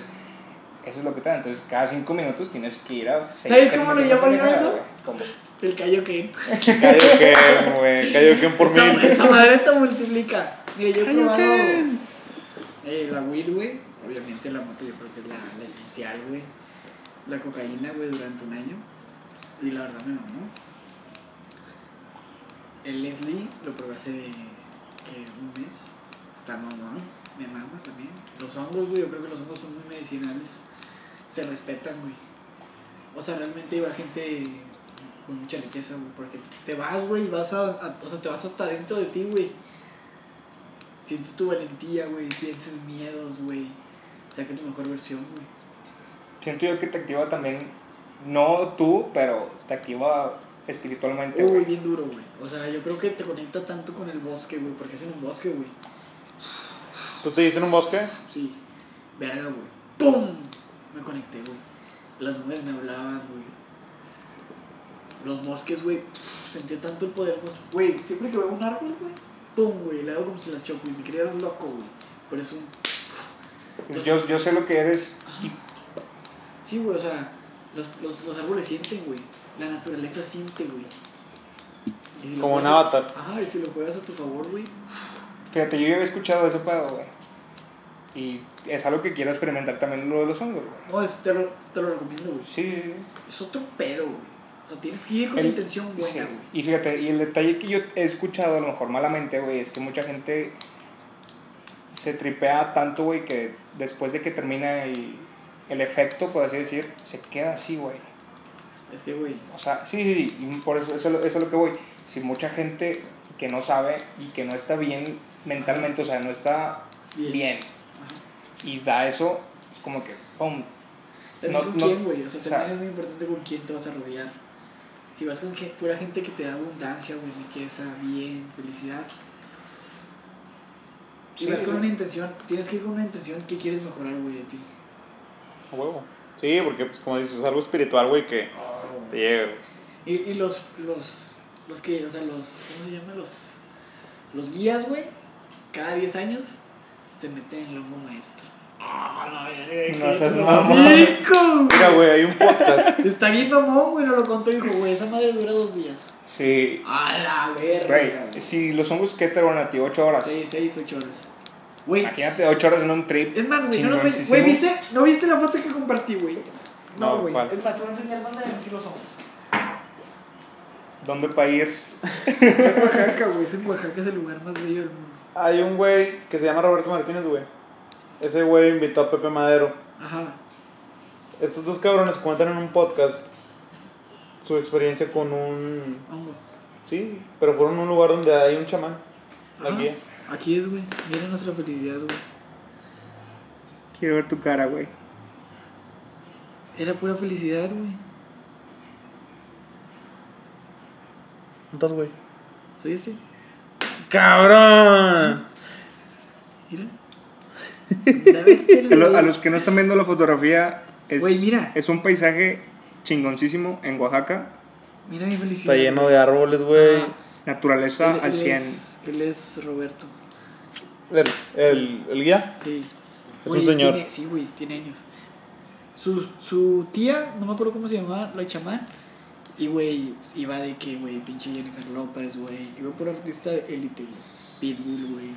S3: eso es lo que te da, entonces cada cinco minutos tienes que ir a...
S2: ¿Sabes
S3: seguir
S2: cómo le
S3: terminando
S2: llamo yo
S3: la
S2: eso?
S3: jugada, ¿Cómo?
S2: El Kaioken.
S1: Kaioken, güey. Kaioken por
S2: esa,
S1: mil.
S2: esa madre te multiplica. Mira, yo he probado eh, la weed, güey. Obviamente la moto yo creo que es la, la esencial, güey. La cocaína, güey, durante un año. Y la verdad me mamó. El Leslie lo probé hace que un mes. Está mamón. Me mama también. Los hongos, güey, yo creo que los hongos son muy medicinales. Se respetan, güey. O sea, realmente iba gente con mucha riqueza, güey, porque te vas, güey, vas a, a- o sea, te vas hasta dentro de ti, güey. Sientes tu valentía, güey, sientes miedos, güey. Saca tu mejor versión, güey.
S3: Siento yo que te activa también, no tú, pero te activa espiritualmente,
S2: Uy,
S3: güey.
S2: bien duro, güey. O sea, yo creo que te conecta tanto con el bosque, güey, porque es en un bosque, güey.
S1: ¿Tú te diste en un bosque?
S2: Sí. Verga, güey. ¡Pum! Me conecté, güey. Las nubes me hablaban, güey. Los bosques, güey. Sentí tanto el poder, bos- güey. Siempre que veo un árbol, güey. ¡Pum, güey! Le hago como si las choco, güey. Me creías loco, güey. Pero es un...
S3: Pues Yo, yo sé lo que eres.
S2: Sí, güey, o sea, los, los, los árboles sienten, güey. La naturaleza siente, güey. Y si lo
S1: Como un
S2: juegas a-
S1: avatar.
S2: Ajá, y si lo juegas a tu favor, güey.
S3: Fíjate, yo ya había escuchado eso, pedo, güey. Y es algo que quiero experimentar también lo de los hongos, güey.
S2: No, es- te, lo, te lo recomiendo, güey.
S3: Sí, sí, sí.
S2: Es otro pedo, güey. O sea, tienes que ir con
S3: El-
S2: intención buena,
S3: Sí,
S2: güey.
S3: Y fíjate, y el detalle que yo he escuchado, a lo mejor malamente, güey, es que mucha gente se tripea tanto, güey, que después de que termina el, el efecto, por así decir, se queda así, güey.
S2: Es que, güey,
S3: O sea, sí, sí, sí, y por eso, eso, es lo- eso es lo que voy. Si mucha gente que no sabe y que no está bien mentalmente, o sea, no está
S2: Bien.
S3: bien,
S2: ajá.
S3: y da eso, es como que, pum,
S2: También
S3: No-
S2: con
S3: no-
S2: quién, güey. O sea,
S3: o
S2: también
S3: sea-
S2: es muy importante con quién te vas a rodear. Si vas con gen- pura gente que te da abundancia, güey, riqueza, bien, felicidad. Si
S3: Sí,
S2: vas con
S3: güey.
S2: una intención, tienes que ir con una intención que quieres mejorar, güey, de ti.
S1: A huevo. Sí, porque, pues, como dices, es algo espiritual, güey, que te llega, güey.
S2: Y, y los, los, los que, o sea, los, ¿cómo se llama? Los, los guías, güey, cada 10 años te meten en el hongo maestro. ¡Ah, la verga!
S3: No
S2: qué
S3: seas
S2: hocico,
S3: mamón.
S2: güey!
S1: Mira, güey, hay un podcast.
S2: Está bien mamón, güey, no lo contó, dijo, güey, esa madre dura dos días.
S3: sí,
S2: ¡A la
S3: güey,
S2: verga!
S3: si los hongos que te van a ti, 8 horas.
S2: 6, 6, 8 horas. Güey,
S3: Imagínate 8 horas en un trip.
S2: es más, güey, no nos ve-
S3: Chingoncísimo.
S2: güey, ¿viste? ¿No viste la foto que compartí, güey? No,
S1: No,
S2: güey.
S1: ¿cuál?
S2: es más, te voy a enseñar dónde me metí los ojos.
S3: ¿Dónde para ir?
S2: En Oaxaca, güey, es en Oaxaca, es el lugar más bello del mundo.
S1: Hay un güey que se llama Roberto Martínez, güey. Ese güey invitó a Pepe Madero.
S2: Ajá.
S1: Estos dos cabrones cuentan en un podcast su experiencia con un...
S2: Hongo.
S1: Sí, pero fueron a un lugar donde hay un chamán. La
S2: Ajá.
S1: guía.
S2: Aquí es, güey. Mira nuestra felicidad, güey.
S3: Quiero ver tu cara, güey.
S2: Era pura felicidad, güey.
S1: Entonces, güey.
S2: Soy este.
S1: ¡Cabrón!
S2: Mira. Dávete
S3: A, lo-
S2: la-
S3: a los que no están viendo la fotografía, es,
S2: Güey, mira.
S3: es un paisaje chingoncísimo en Oaxaca.
S2: Mira mi felicidad.
S1: Está lleno de árboles, güey.
S2: Ah,
S3: Naturaleza
S2: él,
S3: al
S2: él
S3: 100.
S2: Es, él es Roberto.
S1: El, el, el guía.
S2: Sí.
S1: Es
S2: Güey,
S1: un señor.
S2: tiene- sí, güey, tiene años. Su, su tía, no me acuerdo cómo se llamaba, la chamán. Y, güey, iba de que, güey, pinche Jennifer López, güey. Iba por artista de élite, güey. Pitbull, güey.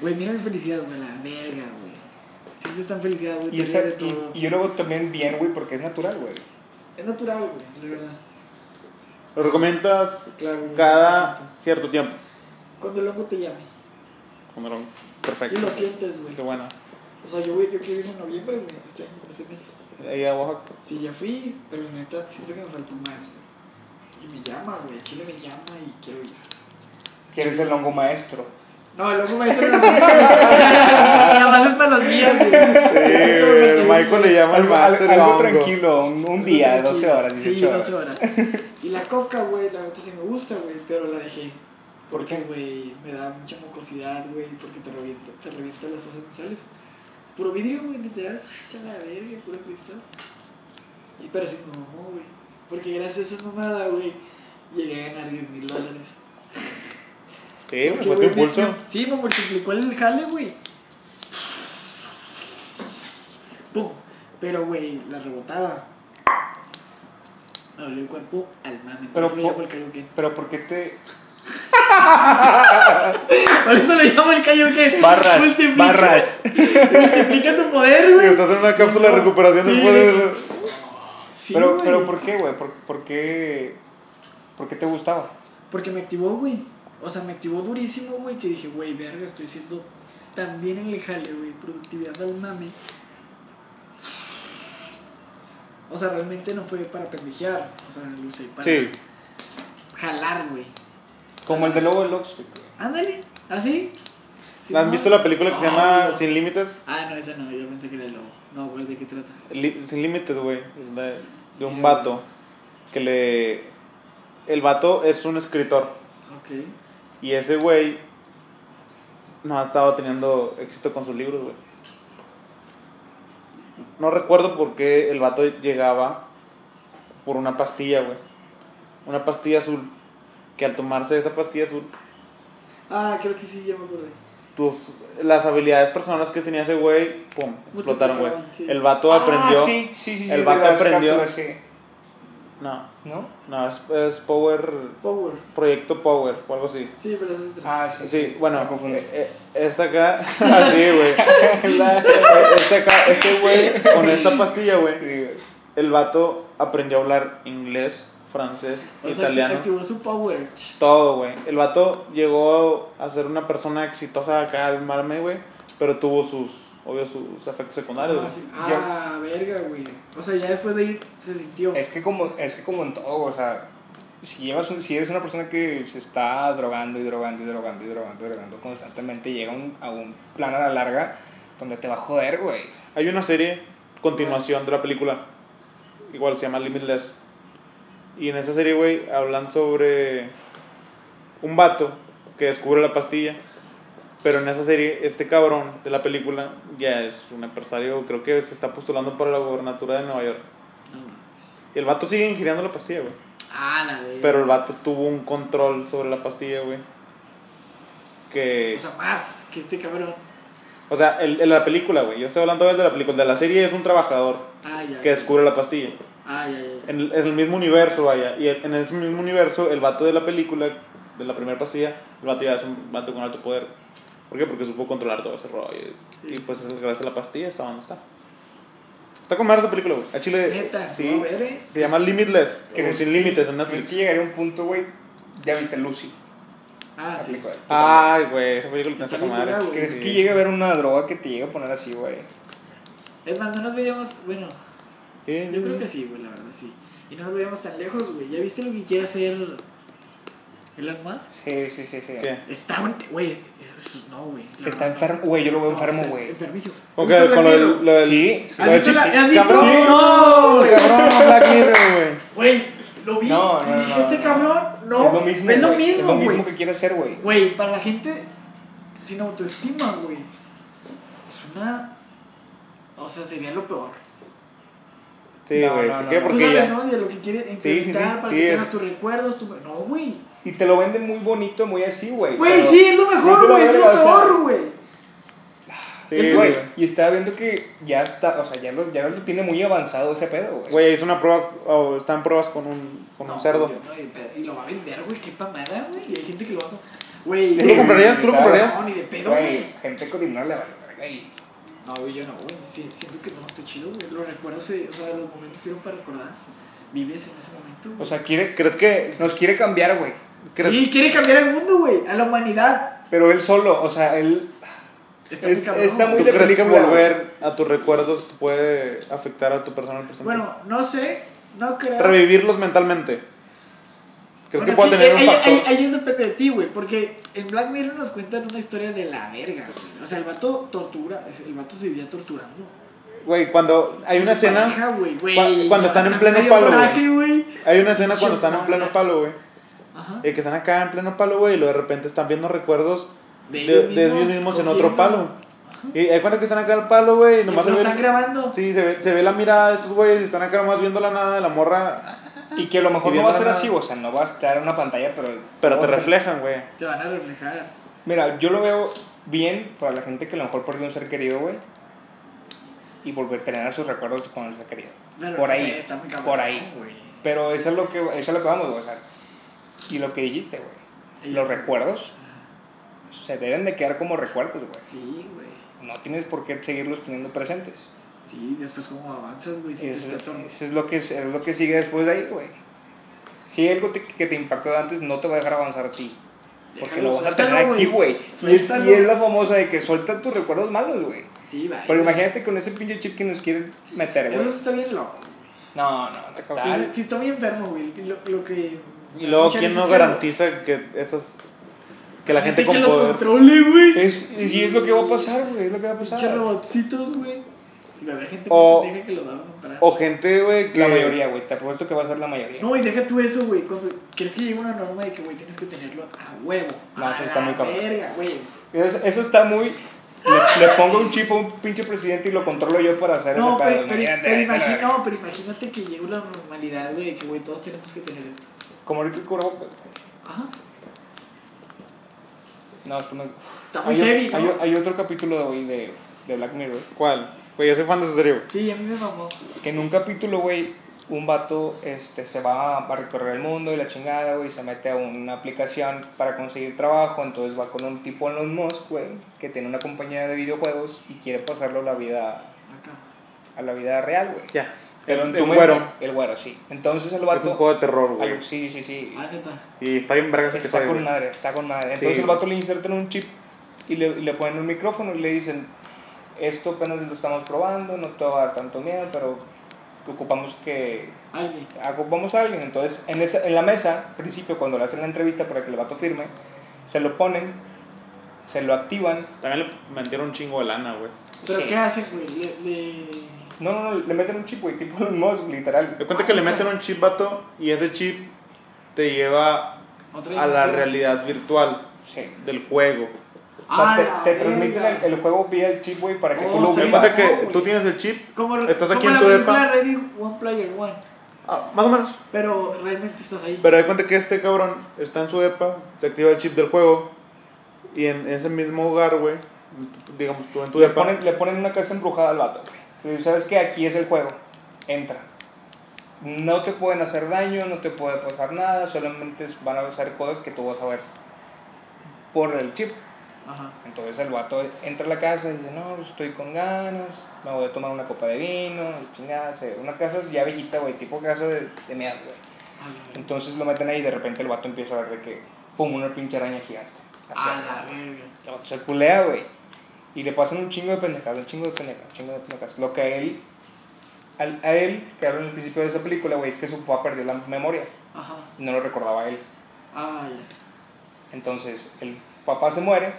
S2: Güey, mira mi felicidad, güey, la verga, güey. Sientes tan felicidad, güey.
S3: Y,
S2: te
S3: esa-
S2: ríes de
S3: y-
S2: todo.
S3: y yo luego también bien, güey, porque es natural, güey.
S2: Es natural, güey, la verdad.
S1: Lo recomiendas
S2: Claro, güey, lo
S1: cada
S2: siento.
S1: cierto tiempo.
S2: Cuando el hongo te llame.
S1: Cabrón.
S2: Y
S1: Perfecto.
S2: lo sientes, güey.
S1: Qué bueno.
S2: O sea, yo, güey, yo quiero ir en noviembre, güey, este año, este mes.
S1: Ahí a Oaxaca.
S2: Sí, ya fui, pero la neta siento que me faltó más, güey. Y me llama, güey. Chile me llama y quiero ir.
S3: Quieres el hongo maestro.
S2: No, el ojo maestro nada más es para- nada más es para los días, güey.
S1: Sí, güey, el Michael le
S2: Ah,
S1: llama el
S3: Algo,
S1: máster
S3: algo
S1: hongo.
S3: tranquilo, un, un día, 12 horas,
S2: Sí,
S3: 18 horas.
S2: 12 horas. Y la coca, güey, la neta sí me gusta, güey, pero la dejé. Porque, güey, me da mucha mucosidad, güey, porque te revienta, te revienta las fosas nasales. Es puro vidrio, güey, literal. Es a la verga, puro cristal. Y pero sí me mamó, güey. Porque gracias a esa mamada, güey, llegué a ganar 10 mil dólares.
S1: Sí,
S2: Porque,
S1: pues fue tu
S2: güey, me-
S1: impulso.
S2: me- Sí, me multiplicó el jale, güey. Pum. Pero, güey, la rebotada. Me dolió el cuerpo al mame.
S3: Pero
S2: Pero por eso
S3: po-
S2: le llamo el Kaioken.
S3: Pero ¿por qué te
S2: Por eso le llamo el Kaioken.
S3: barras?
S2: Multiplica-
S3: Barras.
S2: Multiplica tu poder,
S1: Y
S2: güey.
S1: estás en una cápsula de recuperación
S2: Sí.
S1: después de eso.
S2: Sí,
S3: Pero,
S2: güey.
S3: pero ¿por qué, güey? ¿Por, por qué por qué te gustaba?
S2: Porque me activó, güey. O sea, me activó durísimo, güey, que dije, güey, verga, estoy siendo tan bien en el jale, güey. Productividad al mame. O sea, realmente no fue para pendejear. O sea, lo usé para
S1: Sí.
S2: jalar, güey.
S3: Como el de Lobo de Lockstick, güey.
S2: Ándale, así. Sí,
S1: ¿Has
S2: ¿no?
S1: visto la película que se
S2: Ah,
S1: llama Sin Límites?
S2: Ah, no, esa no, yo pensé que era el lobo. No, güey, ¿de qué trata?
S1: Li- Sin límites, güey. Es de, de un
S2: Mira,
S1: vato que le. El vato es un escritor.
S2: Ok.
S1: Y ese güey no ha estado teniendo éxito con sus libros, güey. No recuerdo por qué el vato llegaba por una pastilla, güey. Una pastilla azul. Que al tomarse esa pastilla azul,
S2: Ah, creo que sí, ya me acordé.
S1: tus, las habilidades personales que tenía ese güey, pum, explotaron, güey.
S2: Multiplicaron, sí.
S1: El vato aprendió.
S3: Ah, sí, sí, sí. sí,
S1: El
S3: de
S1: vato
S3: las
S1: aprendió.
S3: cápsulas, sí.
S1: No,
S3: ¿No?
S1: no, es, es Power.
S2: Power.
S1: Proyecto Power o algo así.
S2: Sí, pero esa es otra.
S3: Ah, sí.
S1: Sí, bueno,
S3: Me confundí.
S1: eh, eh, esta acá, así, güey. La- eh, Este acá, este güey, con esta pastilla, güey,
S3: Sí, güey.
S1: el vato aprendió a hablar inglés, francés,
S2: O sea,
S1: italiano,
S2: activó su power.
S1: todo, güey. El vato llegó a ser una persona exitosa acá al marme, güey, pero tuvo sus, obvio, sus efectos secundarios,
S2: Ah,
S1: güey.
S2: sí.
S3: Yo-
S2: Ah, verga, güey. O sea, ya después de ahí se sintió.
S3: Es que como, es que como en todo, o sea, si llevas un- si eres una persona que se está drogando y drogando y drogando y drogando y drogando constantemente, llega un- a un plan a la larga donde te va a joder, güey.
S1: Hay una serie, continuación de la película, igual se llama Limitless. Y en esa serie, güey, hablan sobre un vato que descubre la pastilla. Pero en esa serie, este cabrón de la película ya es un empresario, creo que se está postulando para la gobernatura de Nueva York.
S2: No.
S1: Y el vato sigue ingiriando la pastilla, güey.
S2: Ah, la verga.
S1: Pero el vato tuvo un control sobre la pastilla, güey. Que...
S2: O sea, más que este cabrón.
S1: O sea, el, el de la película, güey. Yo estoy hablando del de la película. El de la serie es un trabajador
S2: Ah, ya.
S1: que
S2: ya.
S1: descubre la pastilla.
S2: Ah, ya, ya. ya.
S1: en el, en el mismo universo, vaya. Y en ese mismo universo, el vato de la película, de la primera pastilla, el vato ya es un vato con alto poder. ¿Por qué? Porque supo controlar todo ese rollo. Y pues gracias a la pastilla está donde está. Está con madre esa película, güey. A Chile.
S2: Neta,
S1: Sí.
S2: no, a ver, eh.
S1: Se llama Limitless. o
S3: ¿Crees
S1: Sin
S3: que-
S1: límites en
S3: ¿Crees que
S1: Netflix.
S3: llegaría un punto, güey? Ya viste Lucy.
S2: Ah, sí.
S3: Aplicó-
S1: Ay, güey, esa película está
S2: Está
S1: con
S2: bien
S1: madre.
S2: dura, güey.
S3: ¿Crees
S1: Sí.
S3: que llegue a haber una droga que te llegue a poner así, güey?
S2: Es más, no nos veíamos. Bueno,
S1: Sí,
S2: yo creo que sí, güey, la verdad, sí. Y no nos veíamos tan lejos, güey. ¿Ya viste lo que quiere hacer Elon Musk?
S3: Sí, sí, sí, sí.
S1: ¿Qué?
S2: Está, ent- güey. eso- eso- No, güey. la
S3: Está
S2: verdad,
S3: enfermo, güey, yo lo
S2: no.
S3: veo enfermo,
S2: No, está
S3: güey.
S2: Enfermísimo.
S1: Ok,
S2: ¿Has visto
S1: con lo
S2: Black
S1: del-
S2: Mirror?
S1: lo del-
S3: Sí.
S1: lo del
S2: ¿Has visto la-
S1: chiqui-
S2: has visto?
S1: Cabrón,
S2: No, güey.
S1: cabrón, Black Mirror, güey.
S2: Güey, lo vi.
S3: No, no,
S2: y dije,
S3: no,
S2: este
S3: no.
S2: cabrón, no.
S3: es lo mismo,
S2: Es lo
S3: güey,
S2: mismo,
S3: Es lo
S2: güey.
S3: mismo que quiere hacer, güey.
S2: Güey, para la gente sin autoestima, güey. Es una. O sea, sería lo peor.
S1: Sí,
S3: No,
S1: güey.
S3: no,
S1: ¿Por
S3: no,
S1: qué?
S3: no.
S2: Tú
S1: Porque
S2: sabes,
S1: ya.
S2: ¿no? De lo que quiere implementar
S1: sí, sí,
S2: para
S1: sí,
S2: que tengas
S1: es-
S2: tus recuerdos. tu- No, güey.
S3: Y te lo venden muy bonito, muy así, güey.
S2: Güey,
S3: pero-
S2: sí, es lo
S3: no
S2: mejor,
S3: te lo
S2: güey. Es lo
S3: verga, o sea,
S2: peor, güey.
S1: Sí,
S3: Es,
S1: güey.
S3: güey, y estaba viendo que ya está, o sea, ya lo, ya lo tiene muy avanzado ese pedo, güey.
S1: Güey, hizo una prueba, o están pruebas con un, con
S2: No,
S1: un cerdo.
S2: güey, no, y pe- y lo va a vender, güey. Qué pamada, güey. Y hay gente que lo va a. Güey,
S1: ¿Tú lo comprarías? ¿Tú lo
S3: Claro.
S1: comprarías?
S2: No, ni de pedo,
S3: Güey,
S2: güey.
S3: gente con dinero le vale verga y...
S2: No, güey, yo no, güey. Sí, siento que no está chido, güey. Los recuerdos, eh, o sea, los momentos sirven para recordar. Vives en ese momento, güey.
S3: O sea, quiere,
S1: ¿Crees que.?
S3: nos quiere cambiar, güey.
S1: ¿crees-
S2: Sí, quiere cambiar el mundo, güey. A la humanidad.
S3: Pero él solo, o sea, él...
S2: Está muy
S3: Es-
S2: cabrón.
S3: está muy
S1: ¿Tú
S3: de
S1: crees que
S3: película,
S1: volver a tus recuerdos te puede afectar a tu persona al presente?
S2: Bueno, no sé. No creo.
S1: Revivirlos mentalmente.
S2: Bueno,
S1: ¿Crees que pueda
S2: sí, eh,
S1: tener un
S2: ahí-
S1: factor?
S2: ahí- Ahí es depende de ti, güey. Porque en Black Mirror nos cuentan una historia de la verga, güey. O sea, el vato tortura. es- El vato se vivía torturando.
S1: Güey, cuando hay una
S2: Y su
S1: escena.
S2: pareja, güey, güey,
S1: cua- cuando están en
S2: hasta
S1: pleno
S2: medio
S1: palo,
S2: coraje, güey.
S1: Hay una escena cuando
S2: Sí,
S1: están en
S2: no,
S1: pleno
S2: no.
S1: palo, güey.
S2: Ajá.
S1: Y que están acá en pleno palo, güey, y luego de repente están viendo recuerdos
S2: De
S1: de,
S2: ellos
S1: de ellos
S2: mismos
S1: mismos en
S2: cogiendo.
S1: otro palo. Y hay cuenta que están acá en el palo, güey, y
S2: Que
S1: nomás se
S2: lo
S1: ve.
S2: están grabando.
S1: Sí, se ve, se ve la mirada de estos güeyes y están acá nomás viendo la nada de la morra.
S3: Y que a lo mejor
S1: Y
S3: no va a
S1: viendo
S3: ser
S1: nada.
S3: así, o sea, no va a estar en una pantalla, pero...
S1: Pero
S3: no
S1: te
S3: va a estar-
S1: reflejan, güey.
S2: Te van a reflejar.
S3: Mira, yo lo veo bien para la gente que a lo mejor perdió un ser querido, güey. Y volver a tener sus recuerdos con el ser querido.
S2: Pero
S3: por
S2: no
S3: ahí.
S2: sé, está muy cabrón,
S3: por ahí.
S2: güey.
S3: Pero eso es lo que, eso es lo que vamos, güey. o sea, y lo que dijiste, güey. Los recuerdos se deben de quedar como recuerdos, güey.
S2: Sí, güey.
S3: No tienes por qué seguirlos teniendo presentes.
S2: Sí, después cómo avanzas, güey. Si te
S3: Eso,
S2: está ator-
S3: Este, eso es lo que, es lo que sigue después de ahí, güey. Si hay algo te- que te impactó de antes, no te va a dejar avanzar a ti. Porque
S2: Déjalo,
S3: lo vas a
S2: suéltalo,
S3: tener aquí, güey. Y es,
S2: Suéltalo.
S3: y es la famosa de que suelta tus recuerdos malos, güey.
S2: Sí, vale.
S3: Pero imagínate con ese pinche chip que nos quieren meter,
S2: Eso
S3: güey.
S2: sí está bien loco.
S3: No, no, no
S2: Pues Sí, sí, sí está bien enfermo, güey. Lo, lo que.
S1: Y luego,
S2: muchas
S1: ¿quién
S2: veces
S1: no
S2: que-
S1: garantiza que esas. que la gente con
S2: que los
S1: poder.
S2: controle, güey.
S3: Es, es- y es lo que va a pasar, güey. Es lo que va a
S2: Pinche
S3: pasar.
S2: robotcitos, güey. Y la gente
S1: O-
S2: que deja que lo van a comprar.
S1: O gente, güey, que.
S3: La mayoría, güey. Te apuesto que va a ser la mayoría.
S2: No, y deja tú eso, güey. Cuando crees que llega una norma de que, güey, tienes que tenerlo a huevo.
S3: No, eso
S2: A
S3: está
S2: la
S3: muy cabrón.
S2: Verga, güey.
S3: Eso, eso está muy. Le, le pongo un chip a un pinche presidente y lo controlo yo para hacer
S2: No,
S3: ese
S2: pero,
S3: pedo.
S2: pero-
S3: Imagínate,
S2: pero
S3: vete a la
S2: imagi-
S3: verga.
S2: no, pero imagínate que llega una normalidad, güey, de que, güey, todos tenemos que tener esto.
S3: Como ahorita el cubrebocas.
S2: Ajá.
S3: No, esto me.
S2: Está muy
S3: Hay, o-
S2: heavy, ¿no?
S3: hay o- hay otro capítulo de hoy de, de Black Mirror.
S1: ¿Cuál? Güey, yo soy fan de esa serie, güey.
S2: Sí, a mí me mamó.
S3: Que en un capítulo, güey, un vato este, se va a recorrer el mundo y la chingada, güey, y se mete a una aplicación para conseguir trabajo. Entonces va con un tipo en los Musk, güey, que tiene una compañía de videojuegos y quiere pasarlo a la vida,
S2: Acá.
S3: a la vida real, güey.
S1: Ya.
S3: Pero
S1: El,
S3: en tu mente-
S1: güero.
S3: El güero, sí. Entonces el
S1: Es un
S3: vato.
S1: juego de terror,
S3: al-
S1: güey.
S3: sí, sí, sí.
S2: Ah, neta.
S1: Y está bien verga ese
S3: Está
S1: episodio.
S3: con
S1: güey.
S3: madre, está con madre.
S1: Sí,
S3: Entonces el
S1: güey.
S3: vato le insertan un chip y le, y le ponen un micrófono y le dicen, esto apenas lo estamos probando, no te va a dar tanto miedo, pero ocupamos que
S2: Alguien.
S3: ocupamos a alguien. Entonces en, esa, en la mesa, al principio, cuando le hacen la entrevista para que el vato firme, se lo ponen, se lo activan.
S1: También le metieron un chingo de lana, güey.
S2: ¿Pero
S3: Sí.
S2: qué hacen, güey? Le, le...
S3: No, no, no, le meten un chip, güey, tipo un Musk, literal.
S1: Te cuenta que le meten un chip, vato, y ese chip te lleva
S2: ¿Otra
S1: a la
S2: dimensión?
S1: realidad virtual
S3: Sí.
S1: del juego.
S3: O sea,
S2: Ah,
S3: te-
S2: la
S3: te, transmiten
S2: verga.
S3: el, el juego vía el chip, güey, para que
S2: Oh,
S3: tú lo
S2: está
S1: Te
S2: Sí,
S3: vivas.
S1: cuenta
S2: no,
S1: que
S2: güey.
S1: tú tienes el chip,
S2: Como,
S1: Estás aquí
S2: como
S1: en
S2: la
S1: tu depa.
S2: película Ready One Player One,
S1: ah, más o menos.
S2: pero realmente estás ahí.
S1: Pero de cuenta que este cabrón está en su depa, se activa el chip del juego y en ese mismo hogar, güey, en tu- digamos tú en tu
S3: le,
S1: depa,
S3: ponen, le ponen una casa embrujada al vato, güey. Le dicen, ¿sabes que Aquí es el juego. Entra. No te pueden hacer daño, no te puede pasar nada, solamente es- van a pasar cosas que tú vas a ver por el chip.
S2: Ajá.
S3: Entonces el vato entra a la casa y dice, no, estoy con ganas, me voy a tomar una copa de vino, y chingada, se- una casa ya viejita, güey, tipo casa de, de miedo, güey.
S2: A la verga.
S3: Entonces lo meten ahí y de repente el vato empieza a ver de que, pum, una pinche araña gigante. Así,
S2: A la verga.
S3: el vato se culea, güey. Y le pasan un chingo de pendejadas, un chingo de pendejadas, un chingo de pendejadas. Lo que a él, al- a él, que habla en el principio de esa película, güey, es que su papá perdió la memoria.
S2: Ajá.
S3: No lo recordaba a él.
S2: Ah, ya.
S3: Entonces, el papá se muere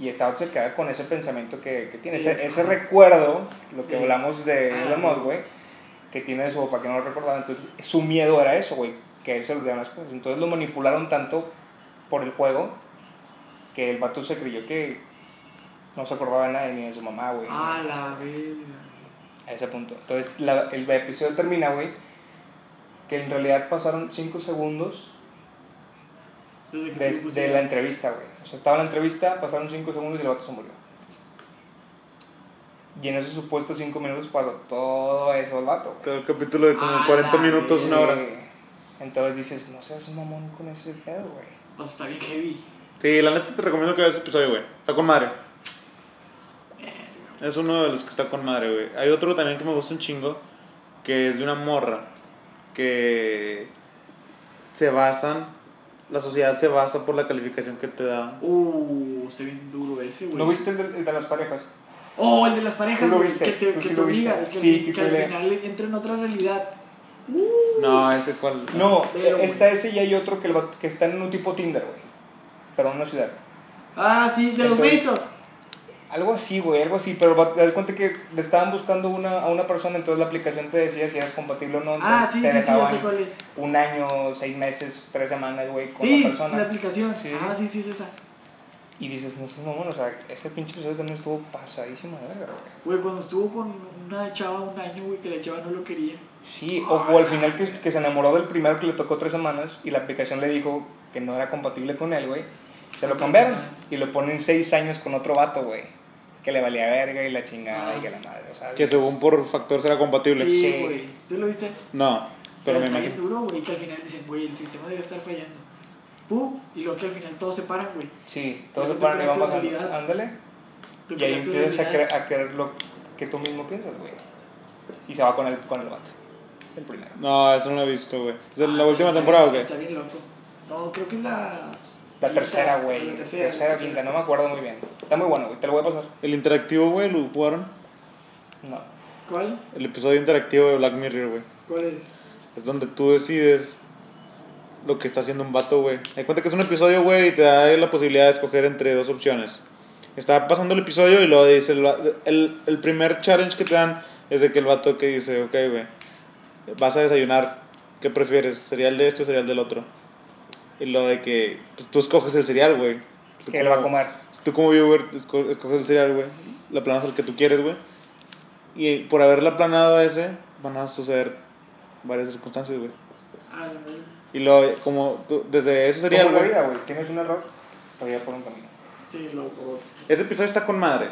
S3: y está se queda con ese pensamiento que, que tiene. Ese, ese recuerdo, lo que
S2: Sí.
S3: hablamos de
S2: Ah.
S3: Elon Musk, güey, que tiene de su papá que no lo recordaba. Entonces, su miedo era eso, güey, que a él se lo dieran las cosas. Entonces, lo manipularon tanto por el juego que el vato se creyó que no se acordaba de nadie ni de su mamá, güey.
S2: A la verga.
S3: A ese punto. Entonces, la- el episodio termina, güey, que en realidad pasaron 5 segundos
S2: Desde que pues se
S3: desde
S2: pusieron.
S3: la entrevista, güey. O sea, estaba en la entrevista, pasaron 5 segundos y el vato se murió. Y en esos supuestos 5 minutos pasó todo eso el vato, güey.
S1: todo el capítulo de como
S2: A
S1: 40
S2: la
S1: minutos, una hora.
S3: Sí. Entonces dices, no seas un mamón con ese pedo, güey.
S2: O sea, está bien heavy.
S1: Sí, la neta te recomiendo que veas ese episodio, güey. Está con madre. Es uno de los que está con madre, güey. Hay otro también que me gusta un chingo, que es de una morra, que se basan, la sociedad se basa por la calificación que te da.
S2: Uh, se ve bien duro ese, güey.
S3: ¿No viste el de, el de las parejas?
S2: Oh, el de las parejas,
S3: ¿Tú lo
S2: güey,
S3: viste?
S2: que te,
S3: ¿Tú
S2: que
S3: sí
S2: te
S3: lo viste?
S2: obliga, y que,
S3: Sí,
S2: al-
S3: que
S2: que al
S3: pelea.
S2: final entra en otra realidad.
S1: No, ese cual.
S3: No,
S2: Velo, güey.
S3: está ese y hay otro que, el vato- que está en un tipo Tinder, güey. Pero en una ciudad.
S2: Ah, sí, de los
S3: Entonces-
S2: méritos.
S3: Algo así, güey, algo así, pero va- te das cuenta que le estaban buscando una, a una persona, entonces la aplicación te decía si eras compatible o no.
S2: Ah,
S3: entonces
S2: sí, sí,
S3: te
S2: sí, ya
S3: dejaban
S2: sé cuál es.
S3: un año, seis meses, tres semanas, güey, con
S2: Sí,
S3: la
S2: la,
S3: persona.
S2: aplicación.
S3: Sí.
S2: Ah, sí, sí, es esa.
S3: Y dices, no seas mamón, o sea, este pinche episodio también estuvo pasadísimo de verga, güey.
S2: Güey, cuando estuvo con una chava un año, güey, que la chava no lo quería.
S3: Sí, o, o al final que, que se enamoró del primero que le tocó tres semanas y la aplicación le dijo que no era compatible con él, güey. Se lo
S2: Sí,
S3: cambiaron
S2: ajá.
S3: y lo ponen seis años con otro vato, güey. Que le valía verga y la chingada
S2: Ah.
S3: y que la madre, o sea.
S1: Que según por factor será compatible.
S2: Sí, Este.
S3: Sí.
S2: güey. ¿Tú lo viste?
S1: No.
S2: Pero
S3: Pero me
S2: está bien
S3: imagino.
S2: duro, güey, que al final dicen, güey, el sistema debe estar fallando. Pum, y luego que al final todos se paran, güey.
S3: Sí, todos
S2: Pero
S3: se
S2: tú
S3: paran y van
S2: creaste
S3: bajando.
S2: realidad.
S3: Ándale.
S2: Tú
S3: Y ahí
S2: creaste una
S3: empiezas a,
S2: realidad.
S3: cre- a creer lo que tú mismo piensas, güey. Y se va con el, con el vato. El primero.
S1: No, eso no lo he visto, güey. ¿Es de
S2: Ah,
S1: ¿La
S2: está-
S1: última
S2: está
S1: temporada o
S2: bien-
S1: qué?
S2: Está bien loco. No, creo que es la.
S3: La
S2: quinta,
S3: tercera, güey.
S2: La
S3: La
S2: tercera,
S3: tercera,
S2: la
S3: quinta, no me acuerdo muy bien. Está muy bueno, güey. Te lo voy a pasar.
S1: El interactivo, güey, lo jugaron.
S3: No.
S2: ¿Cuál?
S1: El episodio interactivo de Black Mirror, güey.
S2: ¿Cuál es?
S1: Es donde tú decides lo que está haciendo un vato, güey. Hay cuenta que es un episodio, güey, y te da la posibilidad de escoger entre dos opciones. Está pasando el episodio y luego dice... El, va- el, el primer challenge que te dan es de que el vato que dice, ok, güey, vas a desayunar. ¿Qué prefieres? ¿Cereal de este o cereal del otro? Y lo de que pues, tú escoges el cereal, güey. Tú
S3: Que lo va a
S1: como-
S3: comer.
S1: si tú como viewer esco- escoges el cereal, güey, la planas al que tú quieres, güey. Y por haberla planado a ese, van a suceder varias circunstancias, güey.
S2: Ah, la verdad.
S1: Y lo, como tú- desde ese
S3: Sería
S1: cereal,
S3: la
S1: güey.
S3: vida, güey. Tienes un error, te voy a ir por un camino.
S2: Sí, loco.
S1: Ese episodio está con madre.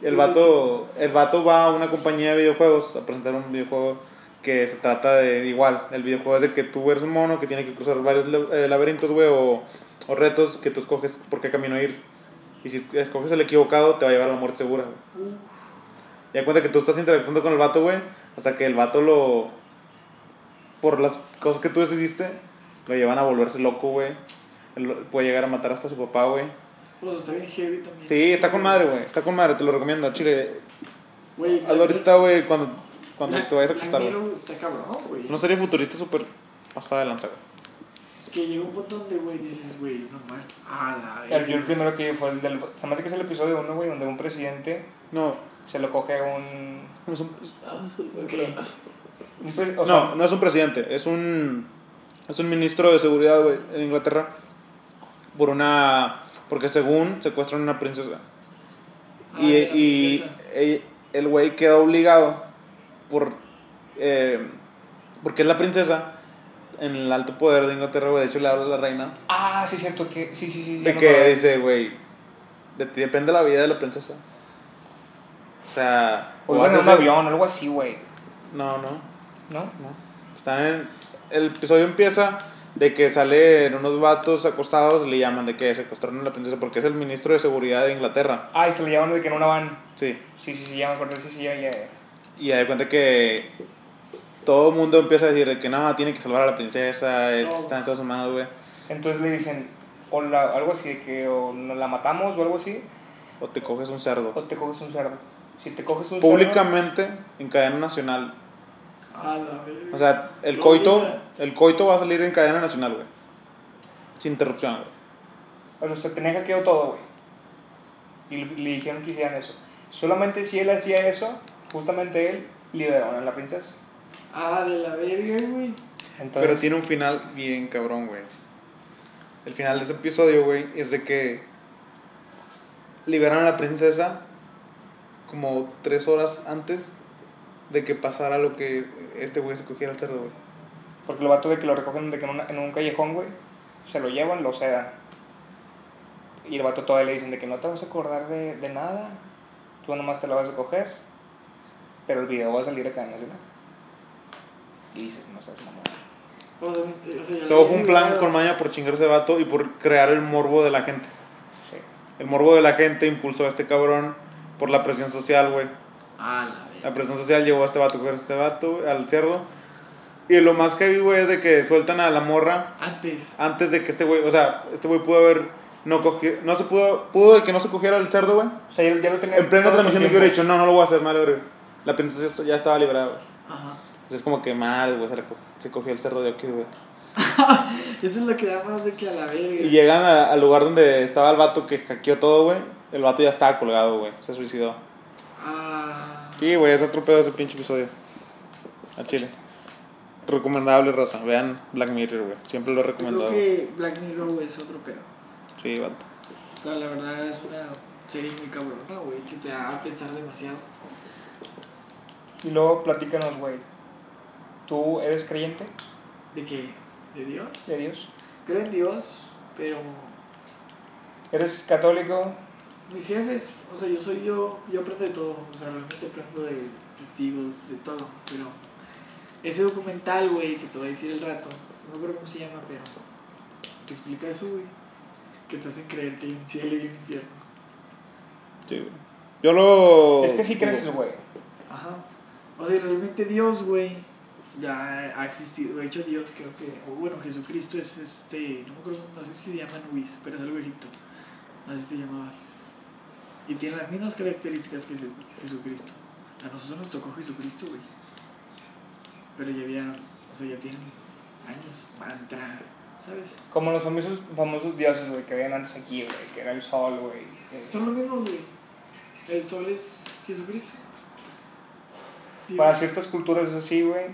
S1: El
S2: Sí,
S1: vato, el vato va a una compañía de videojuegos a presentar un videojuego que se trata de igual. El videojuego es de que tú eres un mono que tiene que cruzar varios la- eh, laberintos, güey, o, o retos que tú escoges por qué camino ir. Y si escoges el equivocado, te va a llevar a la muerte segura, güey.
S2: Uh,
S1: Y da cuenta que tú estás interactuando con el vato, güey. Hasta que el vato lo. Por las cosas que tú decidiste, lo llevan a volverse loco, güey. Él Puede llegar a matar hasta a su papá, güey.
S2: pues está bien heavy también.
S1: Sí, está con madre, güey. Está con madre, te lo recomiendo, chile.
S2: Güey,
S1: Hazlo ahorita, güey, cuando, cuando
S2: Black-
S1: te vayas a acostar,
S2: Black
S1: güey.
S2: Mirror está cabrón, güey.
S1: Una serie futurista súper pasada de lanza, güey.
S2: Que llega un punto donde, güey, dices, güey, no mal. Ah, la
S3: El, yo el primero que vi fue el del. Se me hace que es el episodio 1, güey, donde un presidente
S1: No,
S3: se lo coge a un.
S1: no es un,
S2: ¿Qué?
S3: un pre- o sea,
S1: no, no es un presidente, es un. Es un ministro de seguridad, güey, en Inglaterra. Por una. Porque según secuestran a una princesa.
S2: Ah, de
S1: Y,
S2: la
S1: y-
S2: princesa.
S1: e- el güey queda obligado por. eh, porque es la princesa en el alto poder de Inglaterra, güey. De hecho, le habla a la reina.
S3: Ah, sí, es cierto que. Sí, sí, sí. ya
S1: De
S3: me
S1: que
S3: acordé.
S1: dice, güey, de ti depende la vida de la princesa. O sea,
S3: O
S1: o
S3: iban en
S1: haces
S3: un
S1: el-
S3: avión, algo así, güey.
S1: No, no,
S3: ¿No?
S1: no. Están en. El episodio empieza de que salen unos vatos acostados le llaman de que secuestraron a la princesa porque es el ministro de seguridad de Inglaterra.
S3: Ah, y se lo llevan de que en una van.
S1: Sí.
S3: Sí, sí, sí, ya me acordé. Sí, sí, ya, ya. ya.
S1: Y ahí cuenta que todo el mundo empieza a decir de que no, tiene que salvar a la princesa, él
S2: No.
S1: está en todas sus manos, güey.
S3: Entonces le dicen. O la- algo así de que o nos la matamos o algo así,
S1: O te coges un cerdo.
S3: o te coges un cerdo. Si te coges un cerdo.
S1: Públicamente, en cadena nacional.
S2: Ah, la verga.
S1: O sea, el
S2: No,
S1: coito,
S2: mira.
S3: eh.
S1: el coito va a salir en cadena nacional, güey. Sin interrupción, güey.
S3: O sea, se tenía Pues hackeado todo, güey. Y le, le dijeron que hicieran eso. Solamente si él hacía eso, justamente él liberaron a la princesa.
S2: Ah, de la verga, güey.
S3: Entonces,
S1: Pero tiene un final bien cabrón, güey. El final de ese episodio, güey, es de que liberan a la princesa como tres horas antes de que pasara lo que este güey se cogiera el cerdo, güey.
S3: Porque lo vato de que lo recogen de que en, una- en un callejón, güey, se lo llevan, lo sedan. Y el vato todavía le dicen de que no te vas a acordar de, de nada. Tú nomás te la vas a coger. Pero el video va a salir acá, ¿no? Y dices, no seas mamón.
S2: O sea, o sea, ya la
S1: Todo fue un
S2: verga,
S1: plan
S2: güey.
S1: con maña por chingar ese vato y por crear el morbo de la gente.
S3: Sí.
S1: El morbo de la gente impulsó a este cabrón por la presión social, güey.
S2: Ah, la verga.
S1: La presión social llevó a este vato a coger a este vato, güey, al cerdo. Y lo más que vi, güey, es de que sueltan a la morra
S2: Antes.
S1: antes de que este güey, o sea, este güey pudo haber no cogido, no se pudo, pudo de que no se cogiera el cerdo, güey.
S3: O sea, ya, ya lo tenía.
S1: En plena
S3: todo el
S1: transmisión de que
S3: tiempo.
S1: hubiera dicho, no, no lo voy a hacer mal, güey. La princesa ya estaba liberada, güey.
S2: Ajá.
S1: Entonces es como que mal, güey, se, la co- se cogió el cerdo de aquí, güey.
S2: Eso es lo que da más de que a la verga.
S1: Y llegan a- al lugar donde estaba el vato que hackeó todo, güey. El vato ya estaba colgado, güey. Se suicidó.
S2: Ah.
S1: Sí, güey, es otro pedo ese pinche episodio. A Chile. Recomendable, Rosa. Vean Black Mirror, güey. Siempre lo he
S2: Yo creo
S1: recomendado.
S2: que Black Mirror güey, es otro pedo.
S1: Sí, vato.
S2: O sea, la verdad es una serie muy cabrona, güey, que te haga pensar demasiado.
S3: Y luego platícanos, güey. ¿Tú eres creyente
S2: ¿De qué? ¿De Dios?
S3: de Dios?
S2: Creo en Dios, pero
S3: ¿Eres católico?
S2: mis jefes, o sea, yo soy yo, yo aprendo de todo. O sea, realmente aprendo de testigos, de todo. Pero Ese documental, güey, que te voy a decir el rato, no me acuerdo cómo se llama, pero te explica eso, güey. Que te hacen creer que hay un cielo y un infierno.
S1: Sí, güey. Yo lo.
S3: Es que sí creces, güey.
S2: Ajá. O sea, y realmente Dios, güey, ya ha existido. De hecho, Dios creo que, o bueno, Jesucristo es este, no me acuerdo, no sé si se llama Luis, pero es algo de Egipto. Así se llamaba. Y tiene las mismas características que Jesu- Jesucristo. A nosotros nos tocó Jesucristo, güey. Pero ya había, o sea, ya tiene años, mantra, ¿sabes?
S3: Como los famosos, famosos dioses, güey, que habían antes aquí, güey, que era el sol, güey. eh,
S2: Son los mismos, güey. El sol es Jesucristo. Dios.
S3: Para ciertas culturas es así, güey.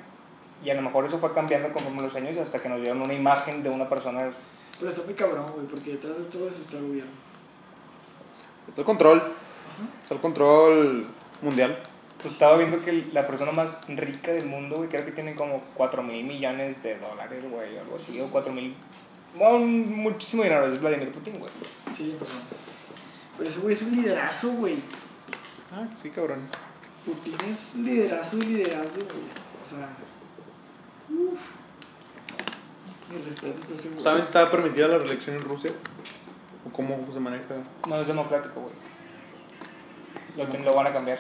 S3: Y a lo mejor eso fue cambiando conforme los años hasta que nos dieron una imagen de una persona.
S2: Pero está muy cabrón, güey, porque detrás de todo eso está el gobierno.
S1: Está el control. Está el control mundial.
S3: Pues estaba viendo que la persona más rica del mundo, güey, creo que tiene como 4 mil millones de dólares, güey, o algo así, o 4 mil. Bueno, muchísimo dinero, es Vladimir Putin, güey.
S2: Sí, perdón. Pero ese güey es un liderazo, güey.
S1: Ah, sí, cabrón.
S2: Putin es liderazo y liderazo, güey. O sea. Uff. Mi respeto es para ese güey.
S1: ¿Saben si está permitida la reelección en Rusia? ¿O cómo se maneja?
S3: No es democrático, güey. Lo, tienen- lo van a cambiar.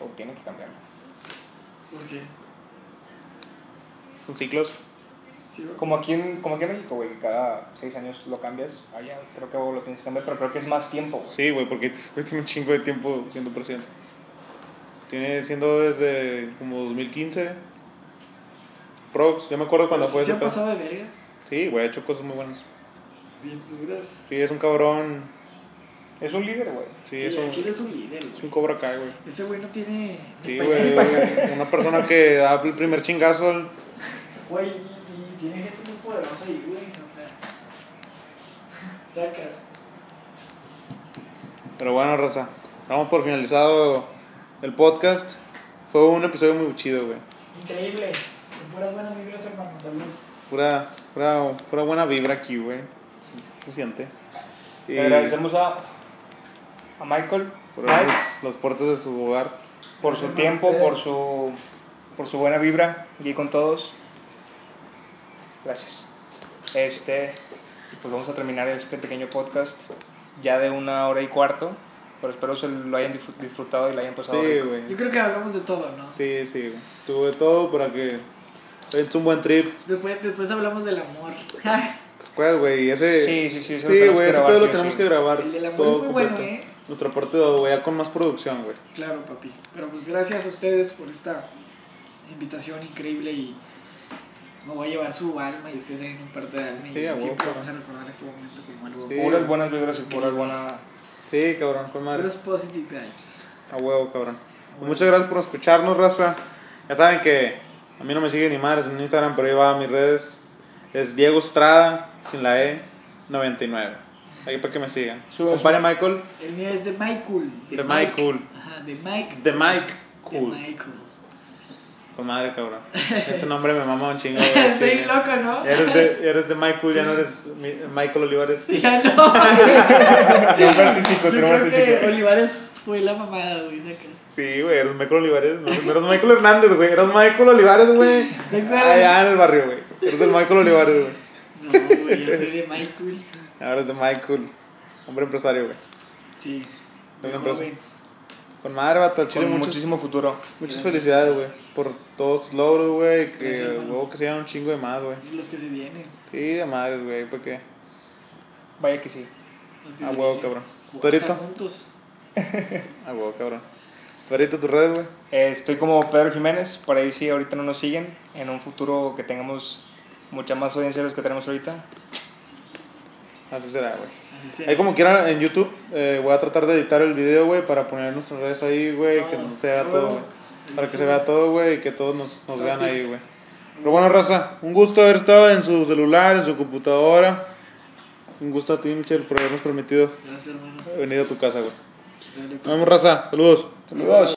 S3: O tienen que cambiarlo.
S2: ¿Por qué?
S1: Son ciclos.
S2: Sí, güey.
S3: Como aquí en, como aquí en México, güey, que cada 6 años lo cambias. Allá creo que lo tienes que cambiar, pero creo que es más tiempo, güey.
S1: Sí, güey, porque este güey tiene un chingo de tiempo siendo presidente. Tiene siendo desde como 2015. Prox, yo me acuerdo cuando
S2: Pero
S1: fue
S2: sí se
S1: ese
S2: ha
S1: pedo.
S2: pasado de verga.
S1: Sí, güey, ha hecho cosas muy buenas.
S2: Bien duras.
S1: Sí, es un cabrón.
S3: Es un líder, güey.
S1: Sí,
S2: Sí,
S1: es,
S2: el Chile
S1: un,
S2: es un líder,
S1: es
S2: güey.
S1: un cobra Kai, güey.
S2: Ese güey no tiene.
S1: Sí, güey. Una persona que da el primer chingazo al-
S2: Güey, y- y tiene gente muy poderosa ahí, güey. O sea. Sacas.
S1: Pero bueno, Rosa, vamos por finalizado el podcast. Fue un episodio muy chido, güey.
S2: Increíble. Con puras buenas vibras, hermano. Salud.
S1: Pura, pura, pura buena vibra aquí, güey. Se, se siente. Y
S3: Le agradecemos a, a Michael
S1: Eh, por
S3: Mike,
S1: abrir las- las puertas de su hogar.
S3: por su
S2: Gracias a
S3: tiempo,
S2: ustedes.
S3: por su, por su buena vibra aquí con todos. Gracias. Este, y pues vamos a terminar este pequeño podcast ya de una hora y cuarto, pero espero se lo hayan difu- disfrutado y lo hayan pasado.
S1: Sí,
S3: rico.
S2: Yo
S1: güey.
S2: creo que hablamos de todo, ¿no?
S1: Sí, sí, güey. Tuve todo para que. Es un buen trip.
S2: Después, después hablamos del amor.
S1: Squad, güey. Ese.
S3: Sí, sí, sí, eso lo
S1: Sí,
S3: tenemos
S1: güey.
S3: que
S1: Ese
S3: grabar,
S1: pedo lo
S3: sí o
S1: tenemos
S3: sí.
S1: que grabar.
S2: El del amor
S1: todo
S2: es muy bueno,
S1: completo.
S2: ¿eh?
S1: Nuestro parte 2, güey. Ya con más producción, güey.
S2: Claro, papi. Pero pues gracias a ustedes por esta invitación increíble y me voy a llevar su alma y ustedes tienen un parte de alma y
S1: Sí, a huevo,
S2: siempre
S1: cabrón.
S2: vamos a recordar este momento como algo.
S1: Sí.
S3: Puras buenas vibras y puras buenas.
S1: Sí, cabrón. Con madre.
S2: Puros positive pues. vibes.
S1: A huevo, cabrón. Muchas gracias por escucharnos, raza. Ya saben que a mí no me sigue ni madres en Instagram, pero ahí va a mis redes. Es Diego Estrada, sin la E, 99. Ahí para que me sigan.
S3: Sube,
S1: Compadre Michael,
S2: El mío es de Michael.
S1: De
S2: Mike.
S1: Michael.
S2: Ajá, de Mike.
S1: The Mike
S2: De
S1: Cool.
S2: Michael.
S1: Con madre, cabrón. Ese nombre me mama un chingo. güey,
S2: Estoy
S1: chinga.
S2: loco, ¿no?
S1: Eres de, eres de Michael, ya no eres mi- Michael Olivares.
S2: Ya no.
S3: Nombre artístico,
S2: Yo
S3: nombre
S2: creo
S3: artístico.
S2: que Olivares fue la mamada, güey, sacas.
S1: Sí, güey, eres Michael Olivares. No, no eres Michael Hernández, güey. Eres Michael Olivares, güey.
S2: ¿Te acuerdas?
S1: Allá en el barrio, güey. Eres el Michael Olivares, güey.
S2: No, güey, yo soy de Michael.
S1: Ahora es de Michael. Hombre empresario, güey.
S2: Sí.
S1: Una
S2: de
S1: empresa.
S2: joven.
S1: Con madre, vato, al chile,
S3: Con
S1: muchas,
S3: muchísimo futuro.
S1: muchas felicidades, güey. Por todos tus logros, güey. Que,
S2: Gracias, hermano.
S1: luego que sean un chingo de más, güey.
S2: Y Los que se vienen.
S1: Sí, de madres, güey, porque.
S3: Vaya que sí.
S2: Los que
S1: Ah,
S2: se
S1: huevo,
S2: vienen.
S1: cabrón.
S2: Vamos
S1: ¿Torito?
S2: a estar juntos.
S1: Ah, huevo, cabrón. Perrito, tus redes, güey.
S3: Eh, Estoy como Pedro Jiménez, por ahí si ahorita no nos siguen, en un futuro que tengamos mucha más audiencia de los que tenemos ahorita.
S1: Así será, güey.
S2: Así sea.
S1: Ahí como quiera en YouTube, eh, voy a tratar de editar el video, güey, para poner nuestras redes ahí, güey, que
S2: Todo.
S1: se vea
S2: Todo.
S1: todo, güey. Para que se vea todo, güey, y que todos nos, nos
S2: Todo.
S1: vean ahí, güey. Pero bueno, raza, un gusto haber estado en su celular, en su computadora. Un gusto a ti, Michel, por habernos permitido
S2: Gracias, hermano.
S1: venir a tu casa, güey.
S2: Dale, pues.
S1: Nos vemos, raza. Saludos.
S3: Saludos.